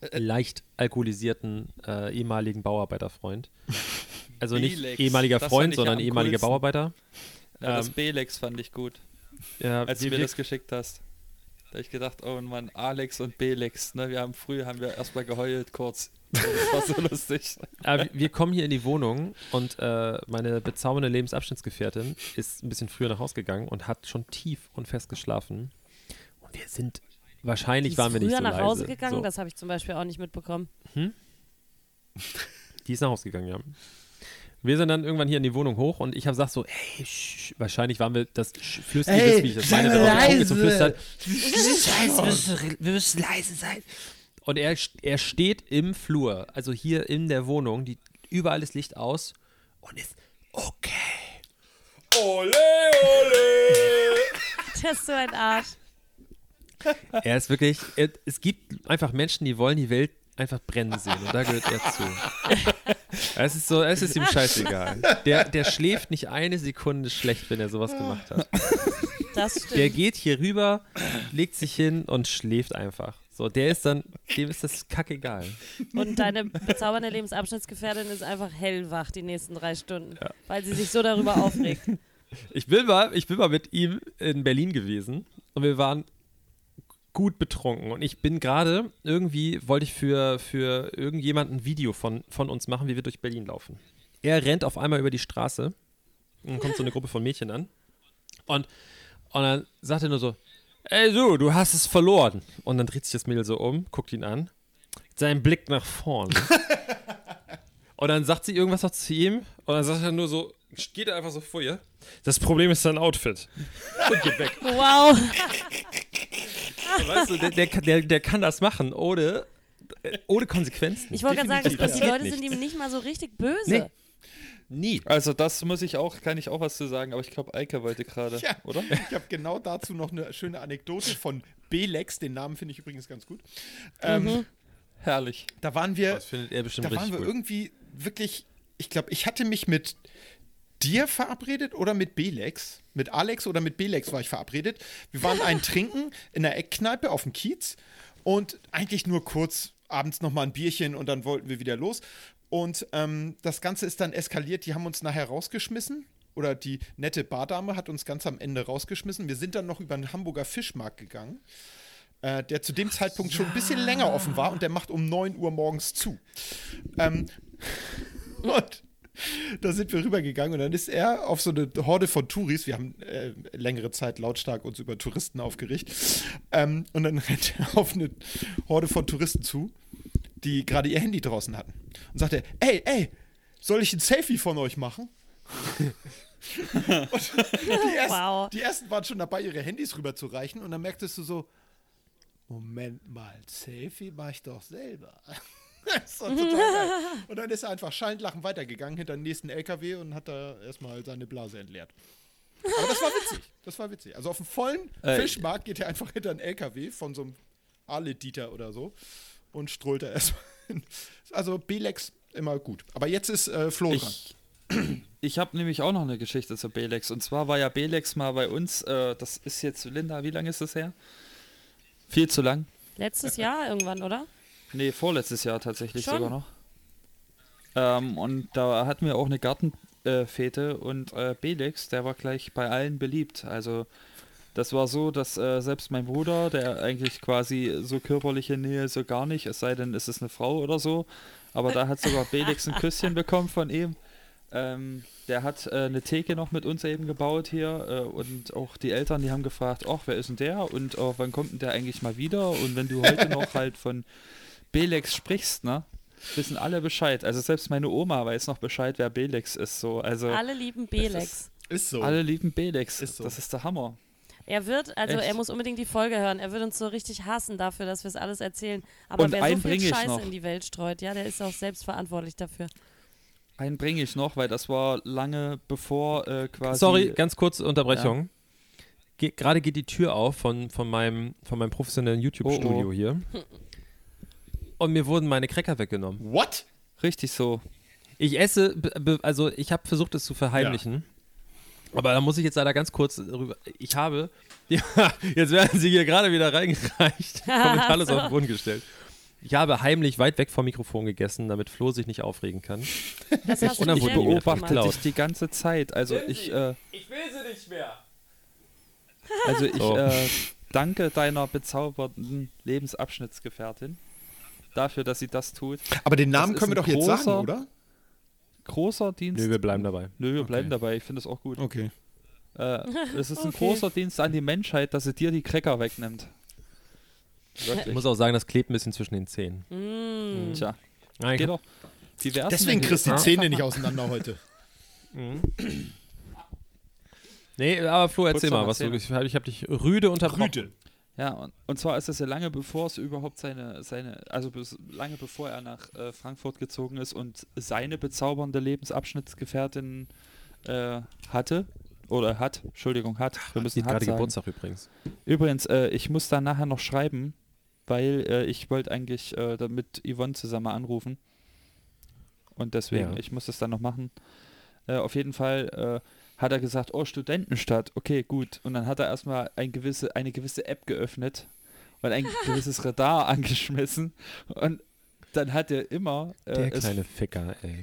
Äh,
leicht alkoholisierten äh, ehemaligen Bauarbeiterfreund. Also nicht
Belex,
ehemaliger
das fand
Freund,
ich ja
sondern
am
ehemaliger
coolsten.
Bauarbeiter.
ja, das
ähm,
Belex fand ich gut,
Ja,
als
wir-
du mir
wir-
das geschickt hast. Da hab ich gedacht, oh Mann, Alex und Belex, ne? Wir haben früh haben wir erstmal geheult kurz. Das war so lustig.
Aber Ah, wir- wir kommen hier in die Wohnung und äh, meine bezaubernde Lebensabschnittsgefährtin ist ein bisschen früher nach Hause gegangen und hat schon tief und fest geschlafen. Und wir sind, wahrscheinlich
die ist
waren wir nicht
früher
so
nach
leise.
Hause gegangen,
so.
das habe ich zum Beispiel auch nicht mitbekommen.
Die ist nach Hause gegangen, ja. Wir sind dann irgendwann hier in die Wohnung hoch und ich habe gesagt so, ey, sch, wahrscheinlich waren wir, das sch- flüstert, ihr
Ey,
wisst, wie ich das
sei
meine,
mal
wenn man auf die Zunge
leise.
geflüstert. Scheiße, wir müssen, wir müssen leise sein. Und er, er steht im Flur, also hier in der Wohnung, die, überall das Licht aus und ist okay. Ole, ole.
Das ist so ein Arsch.
er ist wirklich, er, es gibt einfach Menschen, die wollen die Welt einfach brennen sehen und da gehört er zu. Es ist so, es ist ihm scheißegal. Der, der schläft nicht eine Sekunde schlecht, wenn er sowas gemacht hat.
Das stimmt.
Der geht hier rüber, legt sich hin und schläft einfach. So, der ist dann, dem ist das kackegal.
Und deine bezaubernde Lebensabschnittsgefährtin ist einfach hellwach die nächsten drei Stunden, weil sie sich so darüber aufregt.
Ich bin, mal, ich bin mal mit ihm in Berlin gewesen und wir waren gut betrunken. Und ich bin gerade, irgendwie wollte ich für, für irgendjemanden ein Video von, von uns machen, wie wir durch Berlin laufen. Er rennt auf einmal über die Straße und kommt so eine Gruppe von Mädchen an. Und, und dann sagt er nur so, ey du, du hast es verloren. Und dann dreht sich das Mädel so um, guckt ihn an, Sein Blick nach vorn. und dann sagt sie irgendwas noch zu ihm und dann sagt er nur so, geht er einfach so vor ihr. Das Problem ist sein Outfit. Und geht weg.
Wow.
Weißt du, der, der, kann- der, der kann das machen ohne, äh, ohne Konsequenzen.
Ich wollte gerade sagen,
Definitiv.
die
Das
Leute
geht
sind
nicht.
ihm nicht mal so richtig böse.
Nee. Nie.
Also das muss ich auch, kann ich auch was zu sagen, aber ich glaube, Eike wollte gerade,
Ja.
oder?
Ich habe genau dazu noch eine schöne Anekdote von Belex, den Namen finde ich übrigens ganz gut. Ähm,
Herrlich.
Da waren wir,
Das findet er bestimmt
da waren
richtig
wir
cool.
irgendwie wirklich, ich glaube, ich hatte mich mit dir verabredet oder mit Belex. Mit Alex oder mit Belex war ich verabredet. Wir waren ein Trinken in der Eckkneipe auf dem Kiez und eigentlich nur kurz abends nochmal ein Bierchen und dann wollten wir wieder los. Und ähm, das Ganze ist dann eskaliert. Die haben uns nachher rausgeschmissen. Oder die nette Bardame hat uns ganz am Ende rausgeschmissen. Wir sind dann noch über den Hamburger Fischmarkt gegangen, äh, der zu dem Zeitpunkt schon ein bisschen länger offen war und der macht um 9 Uhr morgens zu. Ähm, und da sind wir rübergegangen und dann ist er auf so eine Horde von Touris, wir haben äh, längere Zeit lautstark uns über Touristen aufgeregt, ähm, und dann rennt er auf eine Horde von Touristen zu, die gerade ihr Handy draußen hatten. Und sagt er, ey, ey, soll ich ein Selfie von euch machen? und die ersten,
Wow.
die ersten waren schon dabei, ihre Handys rüberzureichen und dann merktest du so, Moment mal, Selfie mache ich doch selber. Das war total geil. Und dann ist er einfach schallend lachend weitergegangen hinter den nächsten LKW und hat da erstmal seine Blase entleert. Aber das war witzig. Das war witzig. Also auf dem vollen
Äh,
Fischmarkt geht er einfach hinter einen LKW von so einem Ale-Dieter oder so und strollt da erstmal hin. Also Belex immer gut. Aber jetzt ist äh, Flo dran.
Ich, ich habe nämlich auch noch eine Geschichte zu Belex. Und zwar war ja Belex mal bei uns, äh, das ist jetzt, Linda, wie lange ist das her? Viel zu lang.
Letztes Jahr irgendwann, oder?
Nee, vorletztes Jahr tatsächlich
Schon?
sogar noch. Ähm, und da hatten wir auch eine Gartenfete äh, Fete und äh, Belex, der war gleich bei allen beliebt. Also das war so, dass äh, selbst mein Bruder, der eigentlich quasi so körperliche Nähe so gar nicht, es sei denn, es ist eine Frau oder so, aber da hat sogar Belex ein Küsschen bekommen von ihm. Ähm, der hat äh, eine Theke noch mit uns eben gebaut hier äh, und auch die Eltern, die haben gefragt, ach, wer ist denn der und äh, wann kommt denn der eigentlich mal wieder? Und wenn du heute noch halt von Belex sprichst, ne, wissen alle Bescheid. Also selbst meine Oma weiß noch Bescheid, wer Belex ist. So, also alle,
Alle lieben Belex.
Ist so.
lieben Belex.
Ist so.
Das ist der Hammer.
Er wird, also
Echt?
er muss unbedingt die Folge hören. Er wird uns so richtig hassen dafür, dass wir es alles erzählen. Aber
Und
wer
einen
so viel
bringe ich
Scheiße
noch.
in die Welt streut, ja, der ist auch selbst verantwortlich dafür.
Einen bringe ich noch, weil das war lange bevor äh, quasi.
Sorry, ganz kurze Unterbrechung. Ge Gerade geht die Tür auf von, von, meinem, von meinem professionellen YouTube-Studio
Oh, oh.
hier. Und mir wurden meine Cracker weggenommen.
What?
richtig so.
Ich esse, b- b- also ich habe versucht, es zu verheimlichen. Aber da muss ich jetzt leider ganz kurz rüber. Ich habe. Ja, jetzt werden sie hier gerade wieder reingereicht. Kommentarlos
so.
auf den Boden gestellt. Ich habe heimlich weit weg vom Mikrofon gegessen, damit Flo sich nicht aufregen kann.
Das hast du
Und dann
sehr
Ich
wurde die
gut
beobachte
gemacht.
Laut.
dich die ganze Zeit. Also ich, äh,
Ich will sie nicht mehr.
also ich
So.
äh, danke deiner bezaubernden Lebensabschnittsgefährtin dafür, dass sie das tut.
Aber den Namen
ist
können wir
ein
doch jetzt sagen,
großer-
oder?
Großer Dienst.
Nö, wir bleiben dabei.
Nö, wir bleiben
Okay.
dabei. Ich finde das auch gut.
Okay.
Äh, es ist ein
Okay.
großer Dienst an die Menschheit, dass sie dir die Cracker wegnimmt.
Ich
Wirklich.
muss auch sagen, das klebt ein bisschen zwischen den Zähnen.
Tja,
Nein,
geht doch. Wie wär's
Deswegen
denn-
kriegst du die Zähne nicht auseinander heute.
Nee, aber Flo, erzähl
Kurz noch
mal, was du,
erzählen.
ich habe hab dich rüde unterbrochen.
Rüde.
Ja, und, und zwar ist das ja lange bevor es überhaupt seine, seine also bis, lange bevor er nach äh, Frankfurt gezogen ist und seine bezaubernde Lebensabschnittsgefährtin äh, hatte. Oder hat, Entschuldigung, hat. Wir müssen hat
Gerade
sagen.
Geburtstag übrigens.
Übrigens, äh, ich muss da nachher noch schreiben, weil äh, ich wollte eigentlich äh, da mit Yvonne zusammen anrufen. Und deswegen,
Ja.
ich muss das dann noch machen. Äh, auf jeden Fall äh, hat er gesagt, oh, Studentenstadt, okay, gut. Und dann hat er erstmal ein gewisse, eine gewisse App geöffnet und ein gewisses Radar angeschmissen. Und dann hat er immer äh,
Der
es
kleine Ficker, ey.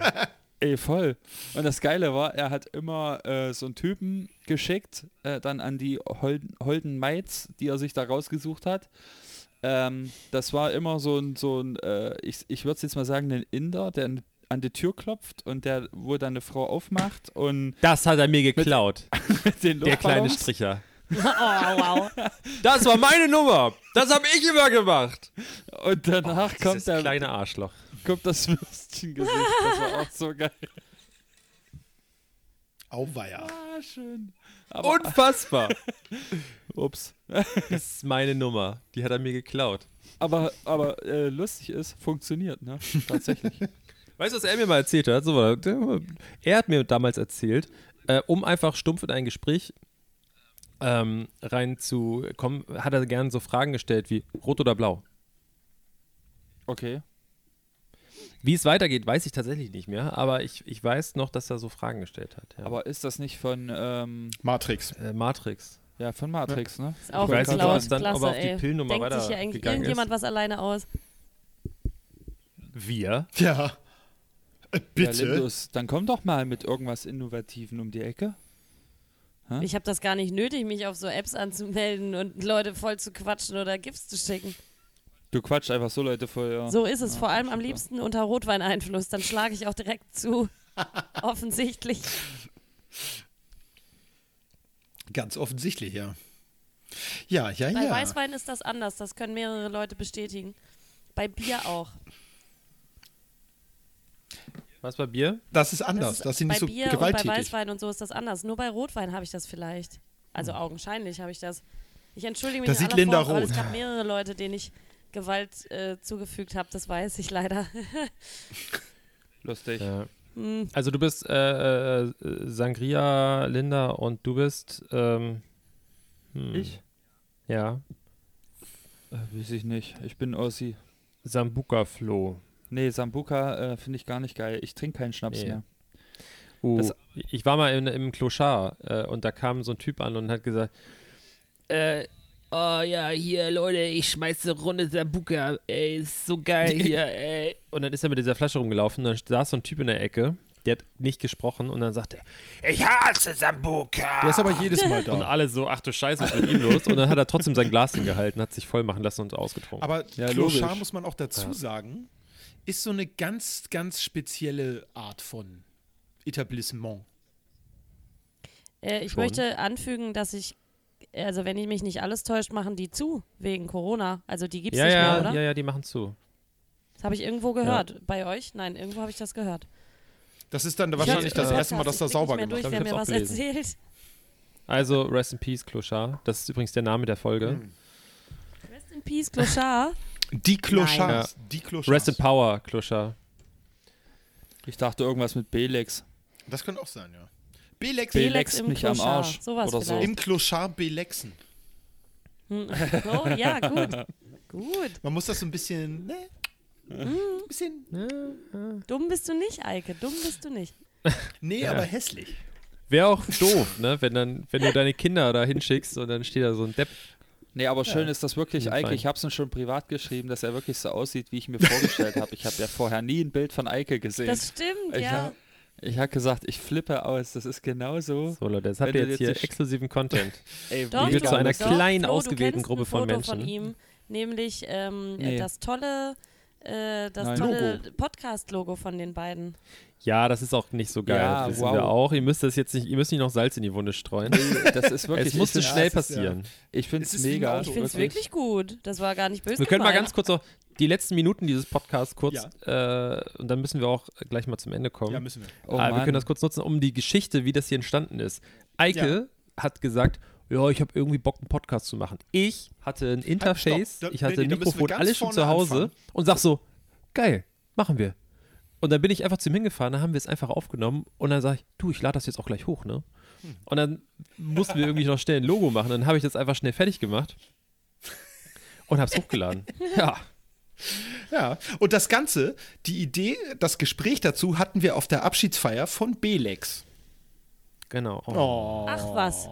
Ey, voll. Und das Geile war, er hat immer äh, so einen Typen geschickt, äh, dann an die holden, holden Maids, die er sich da rausgesucht hat. Ähm, das war immer so ein, so ein äh, ich, ich würde es jetzt mal sagen, ein Inder, der an, an die Tür klopft und der, wo dann eine Frau aufmacht und
Das hat er mir geklaut,
mit den
der kleine
Luftballons-
Stricher.
Oh, wow.
Das war meine Nummer. Das habe ich immer gemacht.
Und danach kommt,
Dieses
der,
kleine Arschloch.
kommt das Würstchengesicht. Das war auch so geil.
Auweia.
Ah, schön. Aber,
Unfassbar.
ups.
Das ist meine Nummer. Die hat er mir geklaut.
Aber, aber äh, lustig ist, funktioniert, ne? Tatsächlich.
Weißt du, was er mir mal erzählt hat? So, war das. er hat mir damals erzählt, äh, um einfach stumpf in ein Gespräch ähm, reinzukommen, hat er gerne so Fragen gestellt wie rot oder blau.
Okay.
Wie es weitergeht, weiß ich tatsächlich nicht mehr, aber ich, ich weiß noch, dass er so Fragen gestellt hat. Ja.
Aber ist das nicht von, ähm,
Matrix.
äh, Matrix.
ja, von Matrix, ne?
Ist auch
Ich weiß nicht,
geklaut.
ob es dann- ob er
Klasse,
auf die
ey.
Pillennummer
Denkt sich hier eigentlich
weitergegangen ist.
irgendjemand was alleine aus?
Wir?
Ja. Äh,
Ja,
Bitte.
Lindus, dann komm doch mal mit irgendwas Innovativen um die Ecke.
Ich habe das gar nicht nötig, mich auf so Apps anzumelden und Leute voll zu quatschen oder GIFs zu schicken.
Du quatscht einfach so Leute voll, ja.
So ist es. Vor allem am
super.
liebsten unter Rotweineinfluss. Dann schlage ich auch direkt zu. Offensichtlich.
Ganz offensichtlich, ja. Ja, ja,
Bei
ja.
Weißwein ist das anders. Das können mehrere Leute bestätigen. Bei Bier auch.
Was bei Bier?
Das ist anders. Das,
ist
sind
bei
nicht so
Bier und bei
gewalttätig.
Weißwein und so ist das anders. Nur bei Rotwein habe ich das vielleicht. Also augenscheinlich habe ich das. Ich entschuldige mich
Hm. Da
in
sieht
aller
Linda
Form, aber
rot.
Es gab mehrere Leute, denen ich Gewalt äh, zugefügt habe. Das weiß ich leider.
Lustig.
Ja. Also du bist äh, äh, Sangria, Linda und du bist ähm, hm,
Ich?
ja
Äh, weiß ich nicht. Ich bin Ossi.
Sambuca Flo.
Nee, Sambuca äh, finde ich gar nicht geil. Ich trinke keinen Schnaps
Nee.
mehr.
Uh,
Das-
ich war mal in, im Kloschar äh, und da kam so ein Typ an und hat gesagt, äh, oh ja, hier Leute, ich schmeiße Runde Sambuca, ey, ist so geil hier, ey. Und dann ist er mit dieser Flasche rumgelaufen und dann saß so ein Typ in der Ecke, der hat nicht gesprochen und dann sagt er, ich hasse Sambuca.
Der ist aber jedes Mal
Und
da.
alle so, ach du Scheiße, was ist mit ihm los? Und dann hat er trotzdem sein Glas hingehalten, hat sich voll machen lassen und ausgetrunken.
Aber
Ja,
Kloschar
logisch.
muss man auch dazu sagen, ist so eine ganz, ganz spezielle Art von Etablissement.
Äh, ich
Schon.
möchte anfügen, dass ich, also wenn ich mich nicht alles täuscht, machen die zu wegen Corona. Also die gibt es
ja,
nicht
ja,
mehr, oder?
ja, ja, die machen zu.
Das habe ich irgendwo gehört. Bei euch? Nein, irgendwo habe ich das gehört.
Das ist dann wahrscheinlich
Ich hab-
das
äh,
erste Mal, dass
Podcast,
da
ich blick
sauber
nicht mehr
gemacht
durch,
wird.
wird.
wer mir
Ich
was
hab's auch
erzählt.
Also, rest in peace, Kloschar. Das ist übrigens der Name der Folge.
Rest in peace, Clochard.
Die Kloschars. Die
Rest in
Kloschars.
power, Kloschar.
Ich dachte irgendwas mit Belex.
Das könnte auch sein, ja.
Belex
Belex.
Belex
im
mich am
Kloschar.
Arsch.
Sowas
oder so.
vielleicht.
Im Kloschar Belexen.
Oh, ja, gut. Gut.
Man muss das so ein bisschen, ne?
Mhm.
Ein bisschen.
Dumm bist du nicht, Eike. Dumm bist du nicht.
Nee, aber hässlich.
Wäre auch doof, ne? Wenn, dann, wenn du deine Kinder da hinschickst und dann steht da so ein Depp.
Nee, aber schön ist das wirklich,
Ja,
Eike,
fein.
ich hab's ihm schon privat geschrieben, dass er wirklich so aussieht, wie ich mir vorgestellt habe. Ich habe ja vorher nie ein Bild von Eike gesehen.
Das stimmt,
ich
ja.
hab- ich habe gesagt, ich flippe aus. Das ist genauso.
So, Leute, jetzt habt
Wenn
ihr
du
jetzt hier
jetzt die Sch-
exklusiven Content.
Ey,
Doch,
Liebe
doch,
zu einer
doch.
kleinen,
Flo, du
ausgewählten
kennst
Gruppe
ein
von
Foto Von
Menschen.
ihm, nämlich ähm,
Nee.
das tolle, äh, das
Nein.
tolle Podcast-Logo von den beiden.
Ja, das ist auch nicht so geil.
Ja,
das wissen
wow.
wir auch. Ihr müsst das jetzt nicht, ihr müsst nicht noch Salz in die Wunde streuen.
das ist wirklich.
es musste
ich find's-
schnell
ja, es ist, ja.
passieren.
Ich find's
Es ist wie ein
mega.
Auto,
Ich finde es wirklich gut. Das war gar nicht böse.
Wir können mal
gemeint.
ganz kurz noch die letzten Minuten dieses Podcasts kurz äh, und dann müssen wir auch gleich mal zum Ende kommen.
Ja, müssen wir.
Oh,
ah, wir
Mann.
können das kurz nutzen, um die Geschichte, wie das hier entstanden ist. Eike hat gesagt, ja, ich habe irgendwie Bock, einen Podcast zu machen. Ich hatte ein Interface,
Halt, stopp, da-
ich hatte
nee,
ein
da müssen wir
Mikrofon,
ganz
alles schon
vorne
zu Hause
anfangen.
und sag so, geil, machen wir. Und dann bin ich einfach zu ihm hingefahren, dann haben wir es einfach aufgenommen und dann sage ich, du, ich lade das jetzt auch gleich hoch, ne?
Hm.
Und dann mussten wir irgendwie noch schnell ein Logo machen, dann habe ich das einfach schnell fertig gemacht und habe es hochgeladen. Ja.
Ja, und das Ganze, die Idee, das Gespräch dazu hatten wir auf der Abschiedsfeier von Belex.
Genau.
Oh.
Ach was.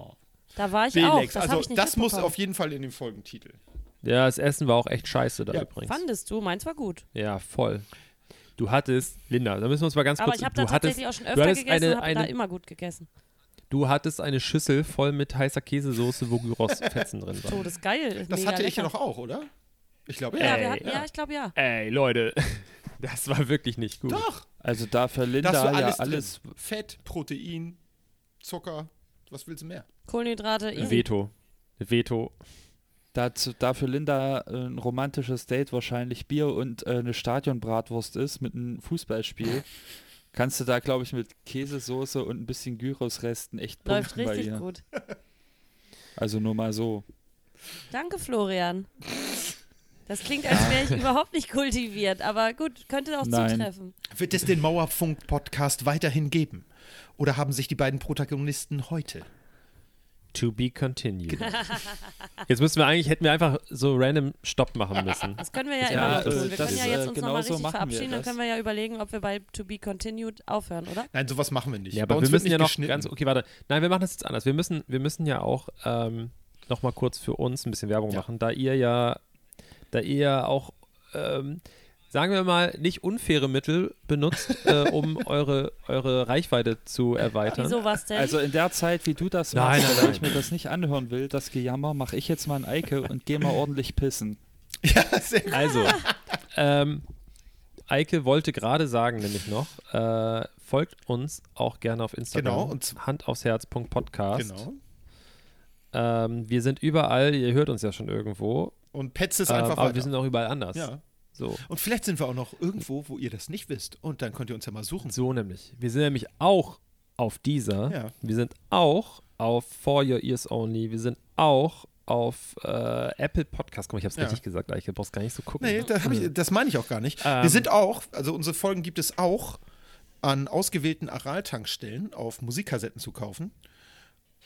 Da war ich auch.
Belex,
Das hab ich
also
nicht
das muss
mitbekommen.
auf jeden Fall in den Folgentitel.
Ja, das Essen war auch echt scheiße da
Ja.
übrigens.
Fandest du? Meins war gut.
Ja, voll. Du hattest, Linda, da müssen wir uns mal ganz
Aber
kurz.
ich habe da
du, hattest,
tatsächlich auch schon
du
öfter
hattest
gegessen und
eine,
habe da
eine,
immer gut gegessen.
du hattest eine Schüssel voll mit heißer Käsesoße, wo Gyrosfetzen drin waren.
Todesgeil.
Das
Mega
hatte ich ja
lecker.
noch auch, oder? Ich glaube, ja.
Ja, wir hatten, ja, ich glaube ja.
Ey, Leute, das war wirklich nicht gut.
Doch,
Also da für Linda
da hast du alles,
ja alles.
drin. Fett, Protein, Zucker, was willst du mehr?
Kohlenhydrate, easy.
Veto. Veto.
Dazu, dafür Linda äh, ein romantisches Date wahrscheinlich Bier und äh, eine Stadionbratwurst ist mit einem Fußballspiel, kannst du da, glaube ich, mit Käsesoße und ein bisschen Gyrosresten echt
Läuft
punkten bei
richtig
ihr.
gut.
Also nur mal so.
Danke, Florian. Das klingt, als wäre ich überhaupt nicht kultiviert, aber gut, könnte auch
Nein.
zutreffen.
Wird es den Mauerfunk-Podcast weiterhin geben? Oder haben sich die beiden Protagonisten heute?
To be continued. Jetzt müssen wir eigentlich, hätten wir einfach so random Stopp machen müssen.
Das können wir ja
Ja,
immer noch
äh,
tun. Wir
das,
können ja
äh,
jetzt uns
genau
nochmal
so machen
richtig
wir
verabschieden, dann
das.
können wir ja überlegen, ob wir bei To Be Continued aufhören, oder?
Nein, sowas machen wir nicht.
Ja,
Bei
aber
uns
wir
wird
müssen
nicht
ja noch
geschnitten.
ganz, okay, warte. Nein, wir machen das jetzt anders. Wir müssen, wir müssen ja auch ähm, noch mal kurz für uns ein bisschen Werbung
Ja.
machen, da ihr ja, da ihr ja auch, ähm, sagen wir mal, nicht unfaire Mittel benutzt, äh, um eure, eure Reichweite zu erweitern.
Wieso was denn?
Also in der Zeit, wie du das
Nein,
machst,
nein,
weil
nein.
ich mir das nicht anhören will, das Gejammer, mache ich jetzt mal ein Eike und gehe mal ordentlich pissen.
Ja, sehr gut.
Also, ähm, Eike wollte gerade sagen, nämlich noch, äh, folgt uns auch gerne auf Instagram.
Genau, und z-
handaufsherz.podcast.
Genau.
Ähm, wir sind überall, ihr hört uns ja schon irgendwo.
Und petzt es
ähm,
einfach
aber
weiter.
wir sind auch überall anders.
ja.
So.
Und vielleicht sind wir auch noch irgendwo, wo ihr das nicht wisst. Und dann könnt ihr uns ja mal suchen.
so nämlich. Wir sind nämlich auch auf dieser.
Ja.
Wir sind auch auf For Your Ears Only. Wir sind auch auf äh, Apple Podcast. Guck mal, ich hab's
Ja.
richtig gesagt, Eike. Du brauchst gar nicht so gucken. ne?
Nee, das, hab ich, das meine ich auch gar nicht.
Genau. Ähm.
wir sind auch, also unsere Folgen gibt es auch an ausgewählten Aral-Tankstellen auf Musikkassetten zu kaufen.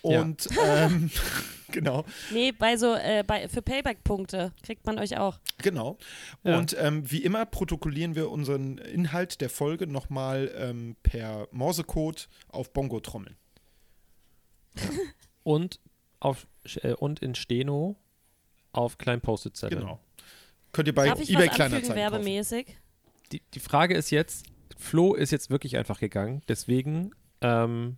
Ja.
Und ähm, genau,
nee, bei so, äh, bei, für Payback-Punkte kriegt man euch auch.
genau.
Ja.
Und ähm, wie immer protokollieren wir unseren Inhalt der Folge nochmal ähm, per Morsecode auf Bongo-Trommeln.
und auf äh, und in Steno auf kleinen Post-it-Zetteln.
Genau. Könnt ihr bei
Darf ich
eBay
was anfügen,
Kleinanzeigen kaufen.
werbemäßig?
Die, die Frage ist jetzt, Flo ist jetzt wirklich einfach gegangen, deswegen ähm,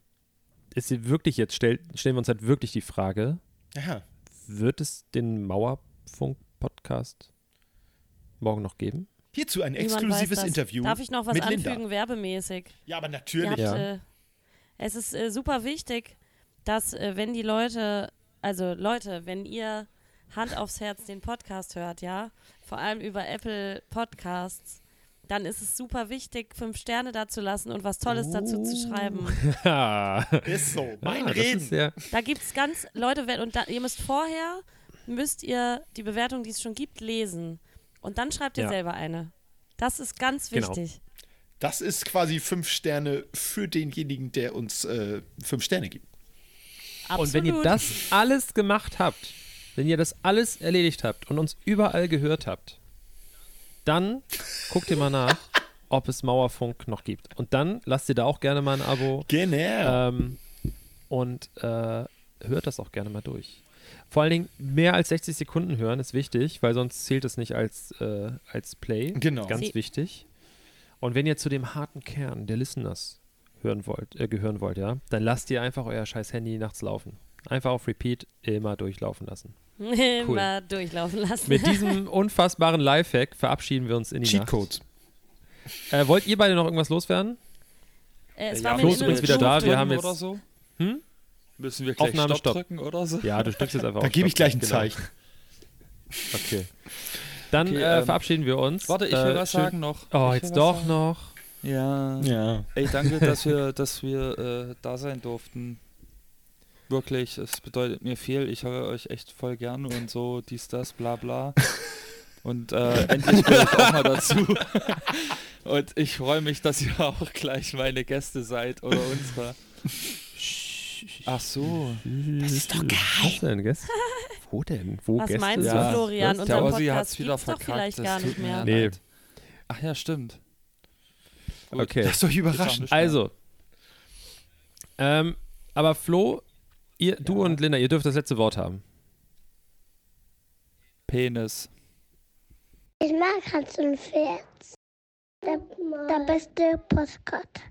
ist sie wirklich jetzt stell, stellen wir uns halt wirklich die Frage,
Ja,
wird es den Mauerfunk Podcast morgen noch geben?
hierzu ein
Niemand
exklusives
weiß das.
Interview
Darf ich noch was
mit
anfügen,
Linda.
werbemäßig?
Ja, aber
Ihr
natürlich.
habt,
Ja.
äh, es ist äh, super wichtig, dass äh, wenn die Leute, also Leute, wenn ihr Hand aufs Herz den Podcast hört, ja, vor allem über Apple Podcasts, dann ist es super wichtig, fünf Sterne da zu lassen und was Tolles dazu
Oh.
zu schreiben.
Ja.
Ist so, mein
das
Reden.
ist ja,
Da gibt es ganz, Leute, wenn, und da, ihr müsst vorher, müsst ihr die Bewertung, die es schon gibt, lesen. Und dann schreibt ihr
Ja.
selber eine. Das ist ganz
Genau.
wichtig.
Das ist quasi fünf Sterne für denjenigen, der uns äh, fünf Sterne gibt.
Absolut.
Und wenn ihr das alles gemacht habt, wenn ihr das alles erledigt habt und uns überall gehört habt, dann guckt ihr mal nach, ob es Mauerfunk noch gibt. Und dann lasst ihr da auch gerne mal ein Abo
Genau.
ähm, und äh, hört das auch gerne mal durch. Vor allen Dingen mehr als 60 Sekunden hören ist wichtig, weil sonst zählt es nicht als, äh, als Play.
Genau.
Ganz
Sie-
wichtig. Und wenn ihr zu dem harten Kern der Listeners hören wollt, äh, gehören wollt, ja, dann lasst ihr einfach euer scheiß Handy nachts laufen. Einfach auf Repeat immer durchlaufen lassen.
Immer durchlaufen lassen.
Mit diesem unfassbaren Lifehack verabschieden wir uns in die
Cheatcodes.
Nacht. Äh, wollt ihr beide noch irgendwas loswerden?
Äh, es
Ja,
war mir
Flo
ein
ist übrigens
inneres
wieder da.
Blut.
Wir haben
Drücken Oder
jetzt-
so?
Hm?
Müssen wir gleich
Aufnahme,
Stopp,
Stopp.
drücken oder so?
Ja, du stimmst jetzt einfach
Da
auf
gebe ich
Stopp.
gleich ein
Genau.
Zeichen.
Okay. Dann
Okay,
äh,
ähm,
verabschieden wir uns.
Warte, ich will
äh,
was
schön-
sagen noch.
Oh,
ich will
jetzt
was
doch
sagen.
noch.
Ja.
Ja.
Ey, danke, dass wir, dass wir äh, da sein durften. Wirklich, es bedeutet mir viel. Ich höre euch echt voll gern und so, dies, das, bla, bla. Und äh, endlich gehöre ich auch mal dazu. Und ich freue mich, dass ihr auch gleich meine Gäste seid oder unsere. Ach so.
Das ist doch geil. Was denn, Gäste? Wo denn? Wo
Was
Gäste?
meinst du,
Ja.
Florian?
Was?
Der
Unseren
Ossi
Podcast
hat's wieder
gibt's doch
verkackt.
vielleicht
das
gar
tut
nicht
mir
mehr.
Nee.
leid. Ach ja, stimmt. Gut.
Okay.
Lasst euch überraschen.
Ist auch nicht
Also. Ähm, aber Flo, ihr, du und Linda, ihr dürft das letzte Wort haben.
Penis.
Ich mag Hans und Pferd. Der, der beste Postkarte.